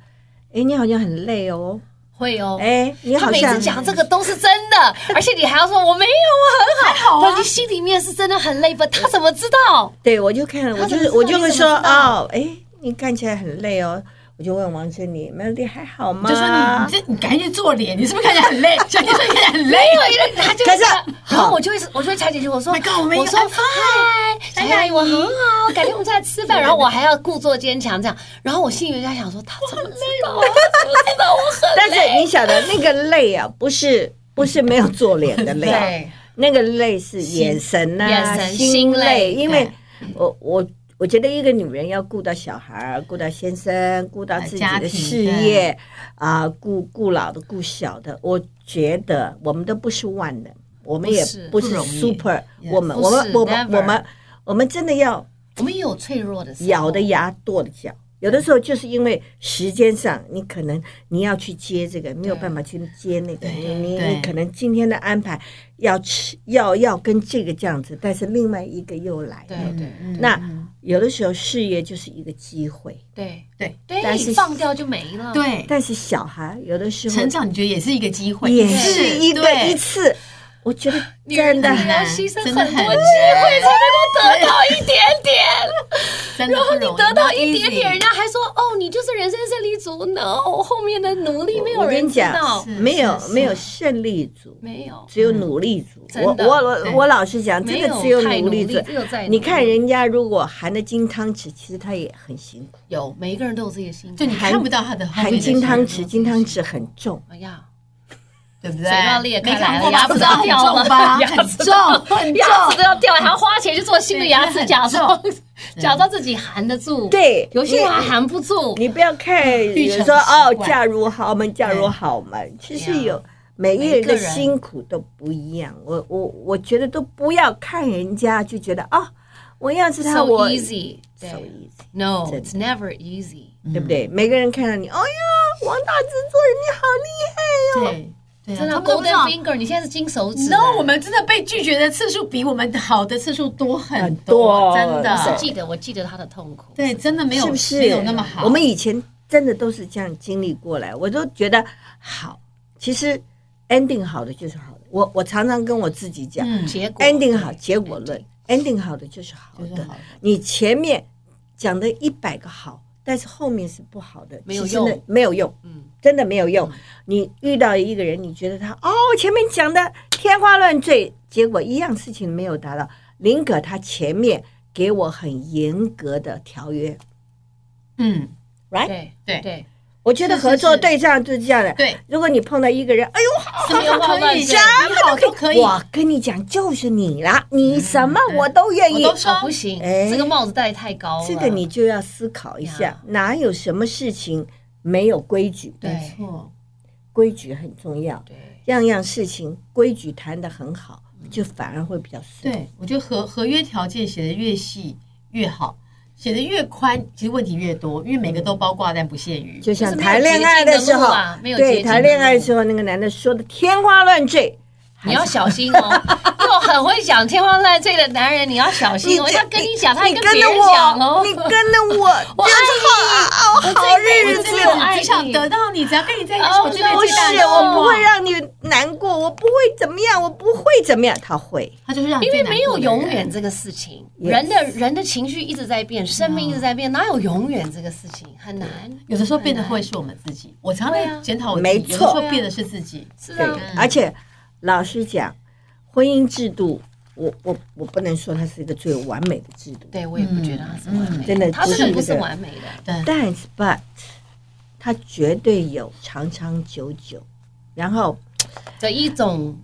S3: 哎，你好像很累哦，
S2: 会哦。
S3: 哎，你
S2: 他
S3: 好
S2: 每次
S3: 像
S2: 讲这个都是真的，而且你还要说我没有，我啊很好，
S1: 啊
S2: 我你心里面是真的很累，but 他怎么知道？
S3: 对，我就看，
S2: 他
S3: 我
S2: 怎
S3: 就
S2: 么
S3: 是
S2: 知道
S3: 我就会
S2: 你
S3: 说
S2: 怎么知道
S3: 哦，哎，你看起来很累哦，我就问王珍妮，melody 还好吗？
S1: 就说你你这你赶紧去做脸，你是不是看起来很 累？小姐说你看起来很累。
S2: 对，他就
S3: 可是
S2: 然后
S3: 好
S2: 我就会我就会踩进去，我说
S1: My God，我没有
S2: 我说
S1: ，I'm
S2: 嗨，小雅阿姨我很好，改天我们再来吃饭，然后我还要故作坚强这样，然后我心里面在想说他怎么知道，他怎么知道我很
S3: 但是你晓得那个累啊，不是不是没有做脸的 累，啊
S1: 对，
S3: 那个累是眼神呐、
S2: 眼神
S3: 心
S2: 心累
S3: 累，因为
S1: 对
S3: 我我我觉得一个女人要顾到小孩儿，顾到先
S2: 呃
S3: 生，顾到自己
S1: 家
S3: 的
S1: 庭
S3: 事业啊，顾顾老的，顾小的。我觉得我们都不是万能，我们也
S2: 不是
S3: 不
S1: 不
S3: 是
S1: 容易
S3: super，
S1: Yes
S3: 我们
S2: 不
S3: 我
S2: 是
S3: 们我们
S2: never
S3: 我们我们真的要
S2: 我们也有脆弱的时候，
S3: 咬的牙跺的脚。有的时候就是因为时间上，你可能你要去接这个，没有办法去接那个，你你
S1: 对
S3: 你可能今天的安排要吃要要跟这个这样子，但是另外一个又来
S2: 对
S3: 了。
S2: 对
S1: 嗯
S3: 那
S1: 嗯
S3: 有的时候事业就是一个机会，
S2: 对
S1: 对
S2: 对，
S3: 但是
S2: 你放掉就没了，
S1: 对
S3: 但是小孩有的时候
S1: 成长，你觉得也是一个机会，
S3: 也是一个
S1: 对
S3: 一次，啊我觉得
S2: 女人
S3: 真的
S2: 你要
S1: 难
S2: 哎牺牲
S1: 真的
S2: 很多
S1: 难
S2: 机会才能够得到一点点。
S1: 真的
S2: 然后
S1: 不
S2: 你
S1: 容易
S2: 得到
S1: not
S2: 一点
S1: easy
S2: 点，人家还说哦，你就是人生胜利组。No，后面的努力没有
S3: 我跟
S2: 人
S3: 你
S2: 知
S3: 讲
S2: 道
S1: 是，
S3: 没有
S1: 是是
S3: 没有胜利组，
S2: 没有，嗯
S3: 只有努力组。
S2: 真
S3: 我
S2: 的
S3: 我
S1: 对
S3: 我我老实讲，真
S2: 没
S3: 的
S2: 有
S3: 只有
S2: 太努
S3: 努力组。
S2: 只有在
S3: 你看人家如果含着金汤匙，其实他也很辛苦，
S2: 有每一个人都有自己的辛苦
S1: 就，你看不到他的后面
S3: 含
S1: 的
S3: 金
S1: 辛
S3: 汤
S1: 苦
S3: 匙，金汤匙很重。
S2: 哎呀，
S1: 对不对？
S2: 嘴巴裂开
S1: 没看
S2: 来
S1: 过
S2: 了，
S1: 吧
S2: 牙
S1: 不
S2: 齿
S1: 知
S2: 都
S1: 道
S2: 要
S1: 很重吧？很
S2: 掉了，牙齿都
S1: 重，很
S2: 牙齿都
S1: 重。
S2: 要掉了，还要花钱去做新的牙 齿，
S1: 对
S2: 假装
S1: 很
S2: 假装自己含得住。，
S3: 对，
S2: 有些人啊还含不住。
S3: 你不要看
S1: 育成
S3: 有说
S1: 习惯
S3: 哦，嫁入豪门，嫁入豪门，其
S2: 对
S3: 实
S2: 啊
S3: 有每一个
S2: 每
S3: 人
S2: 个
S3: 的
S2: 人
S3: 辛苦都不一样。我我我觉得都不要看人家就觉得哦，我要是他
S2: So
S3: 我
S2: easy，
S3: so
S2: 对嗯
S3: easy，真的
S2: ，No，it's never easy。
S3: 对不对？每个人看到你，哎呀，王大治做人你好厉害哟。
S1: 对对啊，
S2: 真的
S1: 他们都不知
S2: ，Golden
S1: 道。
S2: Finger，你现在是金手指。
S1: No，我们真的被拒绝的次数比我们好的次数多很
S3: 很多
S1: 真
S2: 我
S1: 的。
S2: 记得，我记得他的痛苦。
S1: 对，真的没有
S3: 是不是
S1: 没有那么好。
S3: 我们以前真的都是这样经历过来，我都觉得好。其实 ending 好的就是好的。我我常常跟我自己讲、
S1: 嗯，
S2: 结果
S3: e n d i n g 好，结果论，ending 好的就是好
S1: 就
S3: 的。
S1: 是好的
S3: 你前面讲的一百个好，但是后面是不好的，
S2: 没有
S3: 其实呢
S2: 用
S3: 没有用，
S2: 嗯，
S3: 真的没有用。你遇到一个人，你觉得他哦，前面讲的天花乱坠，结果一样事情没有达到。林可他前面给我很严格的条约，
S1: 嗯，
S3: right？
S2: 对
S1: 对
S2: 对，
S3: 我觉得
S1: 是是
S3: 合作
S1: 是
S3: 对象就是这样的。
S1: 对，
S3: 如果你碰到一个人，哎呦，
S2: 什么话
S1: 可
S2: 乱
S1: 以，
S2: 讲
S1: 你，好都可以，
S3: 我跟你讲，就是你啦，你什
S2: 嗯
S3: 么
S1: 对
S3: 我都愿
S1: 我
S3: 意。
S1: 都说
S2: 哦不行，
S3: 哎
S2: 这个帽子戴得太高了。
S3: 这个你就要思考一下
S2: 呀，
S3: 哪有什么事情没有规矩？
S2: 对
S1: 没错，
S3: 规矩很重要，
S2: 对
S3: 样样事情规矩谈得很好，
S2: 嗯
S3: 就反而会比较顺。
S1: 对，我觉得合合约条件写的越细越好，写的越宽，其实问题越多，因为每个都包括但不限于。
S3: 就像
S2: 就是没有
S3: 谈恋爱的时
S2: 捷径的
S3: 候
S2: 路啊，没有捷
S3: 对，
S2: 径的
S3: 谈恋爱的时候，那个男的说的天花乱坠，
S2: 你要小心 哦，这种很会讲天花乱坠的男人，你要小心哦。
S3: 这
S2: 要跟你讲，他还
S3: 你
S2: 跟
S3: 跟
S2: 别
S3: 着
S2: 人讲哦
S3: 我，。你跟着我，
S2: 我爱
S3: 就是好好日
S1: 我这。辈
S3: 子
S1: 子只想得到你，只要跟你在一起，是我这辈
S3: 不
S1: 子
S3: 是
S1: 最大的愿，
S3: 我
S1: 望
S3: 不会让你难过，我不会怎么样，我不会怎么样。他会，
S1: 他就是让你
S2: 因为
S1: 最难
S2: 没有
S1: 过的
S2: 永
S1: 人
S2: 远这个事情，
S3: Yes
S2: 人的人的情绪一直在变，生命一直在变，哪有永远这个事情？很难。
S1: 有的时候变得会是我们自己。我常
S2: 对啊
S1: 常检讨我自己，
S3: 没
S1: 有的时
S3: 错
S1: 候变的是自己。
S2: 是
S3: 对
S2: 啊，，
S3: 而且老实讲，婚姻制度，我我我不能说它是一个最完美的制度，
S2: 对我也不觉得他是完美的，
S3: 嗯真的
S2: 他真
S3: 不
S2: 的
S3: 是
S2: 不是
S3: 这个
S2: 完美的。
S1: 对，
S3: 但是 but 它绝对有长长久久，然后
S2: 的一种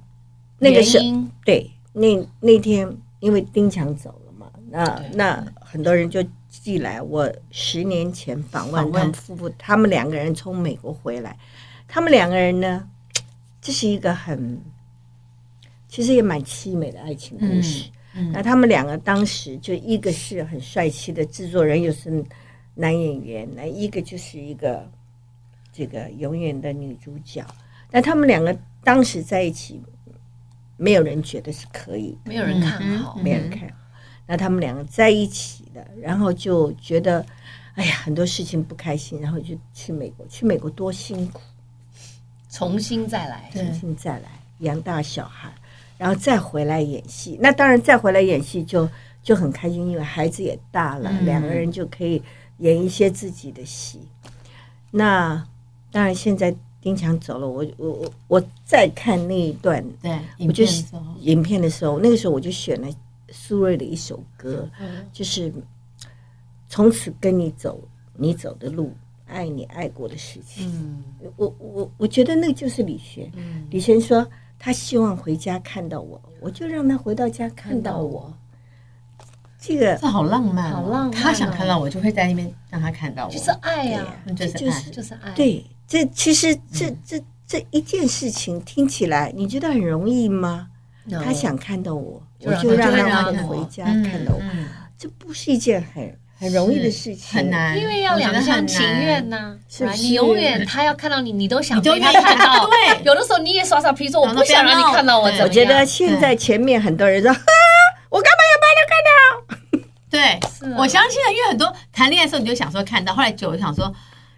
S3: 那个是
S2: 原因
S3: 对，那那天因为丁强走了嘛，那那很多人就寄来我十年前访问
S1: 访
S3: 他
S1: 问
S3: 们夫妇，他们两个人从美国回来，他们两个人呢，这是一个很其实也蛮凄美的爱情故事。
S1: 嗯嗯
S3: 那他们两个当时就一个是很帅气的制作人，又是男演员，那一个就是一个这个永远的女主角。那他们两个当时在一起，没有人觉得是可以，
S2: 没有人看好，
S1: 嗯
S3: 没有人看好。那他们两个在一起的，然后就觉得，哎呀，很多事情不开心，然后就去美国，去美国多辛苦，
S2: 重新再来。
S1: 对
S3: 重新再来养大小孩，然后再回来演戏。那当然再回来演戏就就很开心，因为孩子也大了，
S1: 嗯
S3: 两个人就可以演一些自己的戏。那当然现在丁强走了，我我我我再看那一段
S1: 对，
S3: 我
S1: 影
S3: 就
S1: 片
S3: 是
S1: 之后，
S3: 影片的时候，那个时候我就选了苏芮的一首歌，
S2: 嗯
S3: 就是从此跟你走你走的路，爱你爱过的事情。
S1: 嗯
S3: 我我我觉得那就是李璇。
S1: 嗯，
S3: 李璇说他希望回家看到我，我就让他回到家看到我。，这个
S1: 这好浪漫哦，
S2: 好浪漫哦
S1: 他想看到我，就会在那边让他看到我，
S2: 就是爱呀、
S1: 嗯这
S3: 哎这
S1: 是
S3: 就
S1: 爱
S3: 是
S2: 就是爱。，
S3: 啊对，这其实这这这一件事情听起来你觉得很容易吗？他想看到我，
S2: 就
S3: 我
S2: 让
S3: 就
S2: 他
S3: 让
S2: 看到我
S3: 他回家
S1: 嗯
S3: 看到我，
S1: 嗯
S3: 这不是一件很很容易的事情，
S1: 很。难，
S2: 因为要
S1: 我觉得
S2: 两厢
S1: 很
S2: 情
S1: 难
S2: 愿呐、
S3: 是不是
S2: 你永远他要看到你，你都想
S1: 你都
S2: 被他
S1: 愿意
S2: 看到。
S1: 对
S2: 有的时候你也耍耍皮说，我
S1: 然后
S2: 不想让
S1: 不要
S2: 你看到我
S1: 闹
S2: 怎
S1: 对
S2: 么
S3: 我觉得
S2: 样
S3: 现在前面很多人说，哈， 我干嘛要把他看到？
S1: 对，
S2: 是啊
S1: 我相信啊，因为很多谈恋爱的时候你就想说看到，后来久了就想说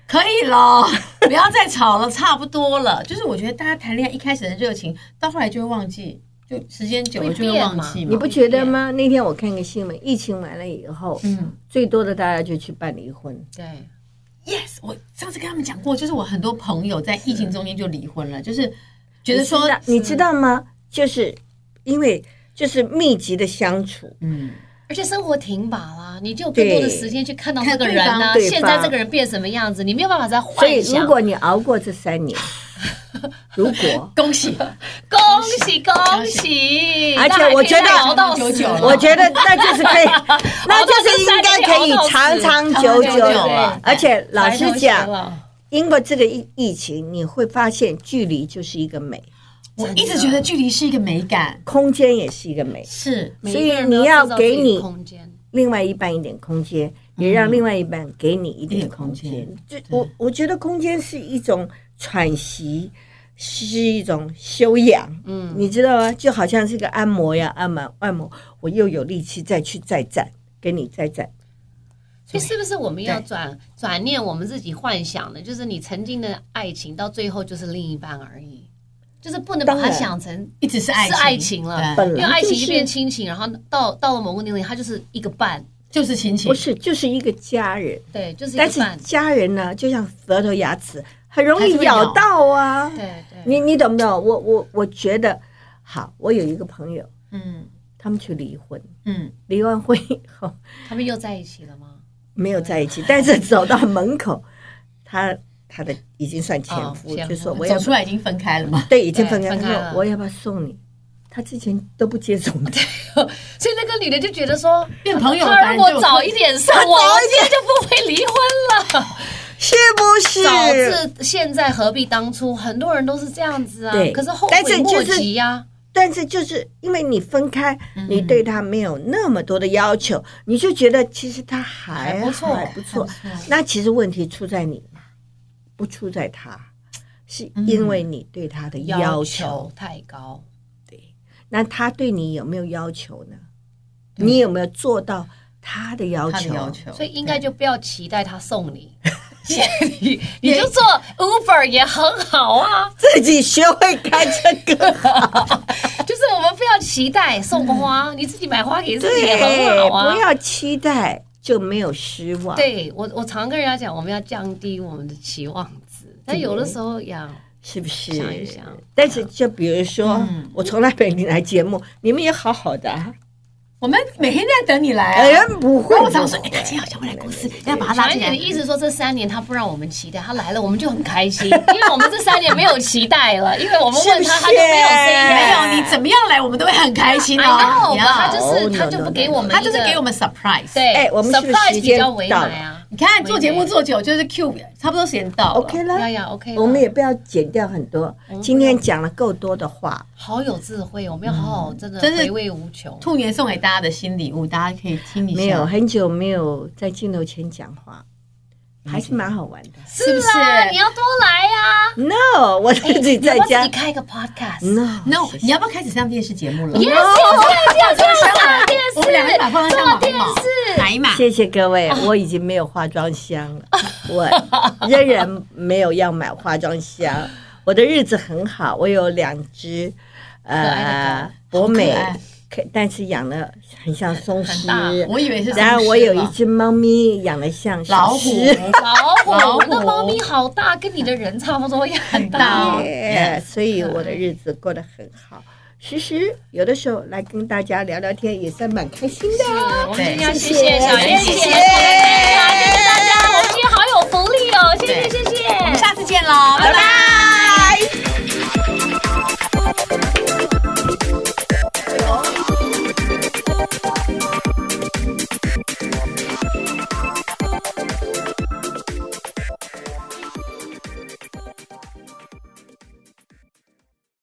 S1: 可以了， 不要再吵了，差不多了。就是我觉得大家谈恋爱一开始的热情，到后来就会忘记，就时间久了
S2: 会
S1: 就会
S2: 变
S1: 忘
S2: 嘛
S1: 记
S3: 你
S1: 嘛。
S3: 不觉得吗？那天我看个新闻，疫情完了以后，
S1: 嗯
S3: 最多的大家就去办离婚，
S2: 对，
S1: ，yes，我上次跟他们讲过，就是我很多朋友在疫情中间就离婚了，就是觉得说，
S2: 嗯
S3: 你知道吗？就是因为就是密集的相处，
S1: 嗯，
S2: 而且生活停摆啦，你就有更多的
S3: 对
S2: 时间去看到
S1: 看
S2: 这个
S1: 对
S2: 人呐、
S1: 方
S3: 对
S2: 现在
S3: 方
S2: 这个人变什么样子，你没有办法再
S3: 所以
S2: 幻想。
S3: 如果你熬过这三 年，如果
S1: 恭喜，
S2: 恭 喜恭喜！
S3: 而且
S2: 那还
S3: 我
S2: 可以
S3: 觉得
S2: 再熬到
S1: 长长久久
S2: 死
S1: 了
S3: 我觉得那就 是可以，那就是应该可以长长
S1: 长
S3: 久
S1: 长
S3: 久
S1: 久久啊
S3: 而且老
S2: 白头
S3: 实
S2: 偕
S3: 讲，
S2: 老
S3: 因为这个疫疫情，你会发现距离就是一个美，
S1: 我一直觉得距离是一个美感，
S3: 空间也是一个美。
S1: 是
S2: 每
S3: 所
S2: 一个
S3: 以
S2: 人都
S3: 你要
S2: 制造
S3: 给
S2: 自己的
S3: 你
S2: 空间，
S3: 另外一半一点空间，也让另外一半给你一点空
S1: 一点
S3: 间
S1: 空。
S3: 就我我觉得空间是一种喘息，是一种修养。
S2: 嗯，
S3: 你知道吗？就好像是个按摩呀，按摩按摩，我又有力气再去再战，给你再战。
S2: 所以是不是我们要
S3: 对
S2: 转转念我们自己幻想的，就是你曾经的爱情到最后就是另一半而已，就是不能把
S3: 当
S2: 它
S3: 然
S2: 想成，
S1: 一直是爱
S2: 是爱情了
S1: 对
S3: 本
S2: 因为
S3: 来
S2: 爱
S3: 就
S2: 情
S3: 是
S2: 就变亲情，然后到到了某个年龄，它就是一个伴，
S1: 就是亲情
S3: 不，是，就是一个家人，
S2: 对，就是一
S3: 但
S2: 个
S3: 是
S2: 伴，
S3: 家人呢，就像舌头牙齿，很容
S1: 还是
S3: 易
S1: 会咬
S3: 咬到啊。
S2: 对对，
S3: 你你懂不懂？我我我觉得，好，我有一个朋友，
S1: 嗯
S3: 他们去离婚，
S1: 嗯，
S3: 离完婚以后，
S2: 他们又在一起了吗？
S3: 没有在一起，但是走到门口，他他的已经算前
S2: 哦
S3: 夫，
S2: 前夫
S3: 就说我要
S1: 走出来已经分开了 嘛，
S3: 对已经分开，
S2: 对分
S3: 他
S2: 开了
S3: 说我要不要送你？他之前都不接送的，
S2: 所以那个女的就觉得说，
S1: 变朋友
S2: 他
S1: 反而
S2: 如果
S1: 就
S2: 早一点送我，我今天就不会离婚了。
S3: 是不是？
S2: 早知现在何必当初？很多人都是这样子啊
S3: 对，
S2: 可是后
S3: 但
S2: 悔
S3: 是就
S2: 莫
S3: 是
S2: 及啊呀、
S3: 但是就是因为你分开，你对他没有那么多的要求，你就觉得其实他还
S2: 还不错
S3: 还不错
S1: 还不错。
S3: 那其实问题出在你嘛，不出在他，是因为你对他的要
S2: 要
S3: 求。
S2: 求太高。
S3: 那他对你有没有要求呢？你有没有做到他的要
S1: 他的
S3: 求？
S1: 要求，
S2: 所以应该就不要期待他送 你， 谢谢你你就做 Uber 也很好啊。
S3: 自己学会开这个。
S2: 就是我们不要期待送花，你自己买花给自己也很
S3: 嗯对，
S2: 好啊
S3: 不。要期待就没有失望。，
S2: 对我，我常跟人家讲，我们要降低我们的期望值，但有的时候呀，
S3: 是不是？
S2: 想一想
S3: 但是就比如说，我从来没你来节目，你们也好好的啊，
S1: 我们每天在等你来
S3: 哎
S1: 啊。
S3: 呀，不会
S1: 然后，我常说，
S3: 不
S1: 哎，
S3: 会
S1: 他今天好像会来公司，要把他拉
S2: 小
S1: 进
S2: 姐
S1: 来
S2: 的。意思说，这三年他不让我们期待，他来了我们就很开心，因为我们这三年没有期待 了，因为我们问他，
S3: 是
S2: 他
S3: 不
S2: 就是没有声音，
S1: 没
S2: 没有
S1: 有你怎么样来，我们都会很开心哦。
S2: ，I know，
S1: 你知道
S2: 他就是他
S3: No,
S2: 就
S3: no,
S2: 不
S3: no,
S2: 给我们一个，
S1: 他就是给我们 surprise。，
S2: 对，
S3: 哎我们是不是
S2: surprise
S3: 时
S2: 比
S3: 间
S2: 较为
S3: 到
S2: 难
S3: 了
S2: 啊，
S1: 你看做节目做久就是 Q，差不多时间到了。
S3: OK
S2: 呀
S3: 了。
S2: 呀，OK，
S3: 我们也不要剪掉很多，今天讲了够多的话，
S2: 好有智慧，我们要好好真的
S1: 真是
S2: 回味无穷。
S1: 兔年送给大家的新礼物，大家可以听一下，
S3: 没有很久没有在镜头前讲话，还是蛮好玩的。
S1: 是不是？
S2: 啊，你要多来呀、啊！
S3: No，我自己
S2: 哎
S3: 在
S2: 你要
S3: 家
S2: 不要自己。开一个 podcast。
S3: No，
S1: No，你要不要开始上电视节目了？
S2: 也是上电视，上啊电视，
S1: 我们两个把放在上马
S2: 电
S1: 毛
S2: 视，
S1: 来嘛，
S3: 谢谢 各位，我已经没有化妆箱了，我仍然没有要买化妆箱。我的日子很好，我有两只
S2: 爱的
S3: 呃
S1: 狗好可
S3: 博美
S1: 爱，
S3: 可但是养的很像松
S2: 很
S3: 狮
S2: 大，
S1: 我以为是。
S3: 然后我有一只猫咪养的像小
S1: 老虎
S3: 狮，
S2: 老虎，
S1: 老虎
S2: 我的猫咪好大，跟你的人差不多也很
S1: 大
S2: 大
S1: 哦。
S3: 耶所以我的日子过得很好。其实有的时候来跟大家聊聊天也是蛮开心的哦。
S2: 我们今天要谢
S3: 谢
S2: 谢
S3: 谢
S2: 小燕姐，
S1: 谢
S2: 谢
S1: 谢
S2: 谢大家，我们今天好有福利哦，谢
S1: 对
S2: 谢谢谢。
S1: 我们下次见喽，拜拜。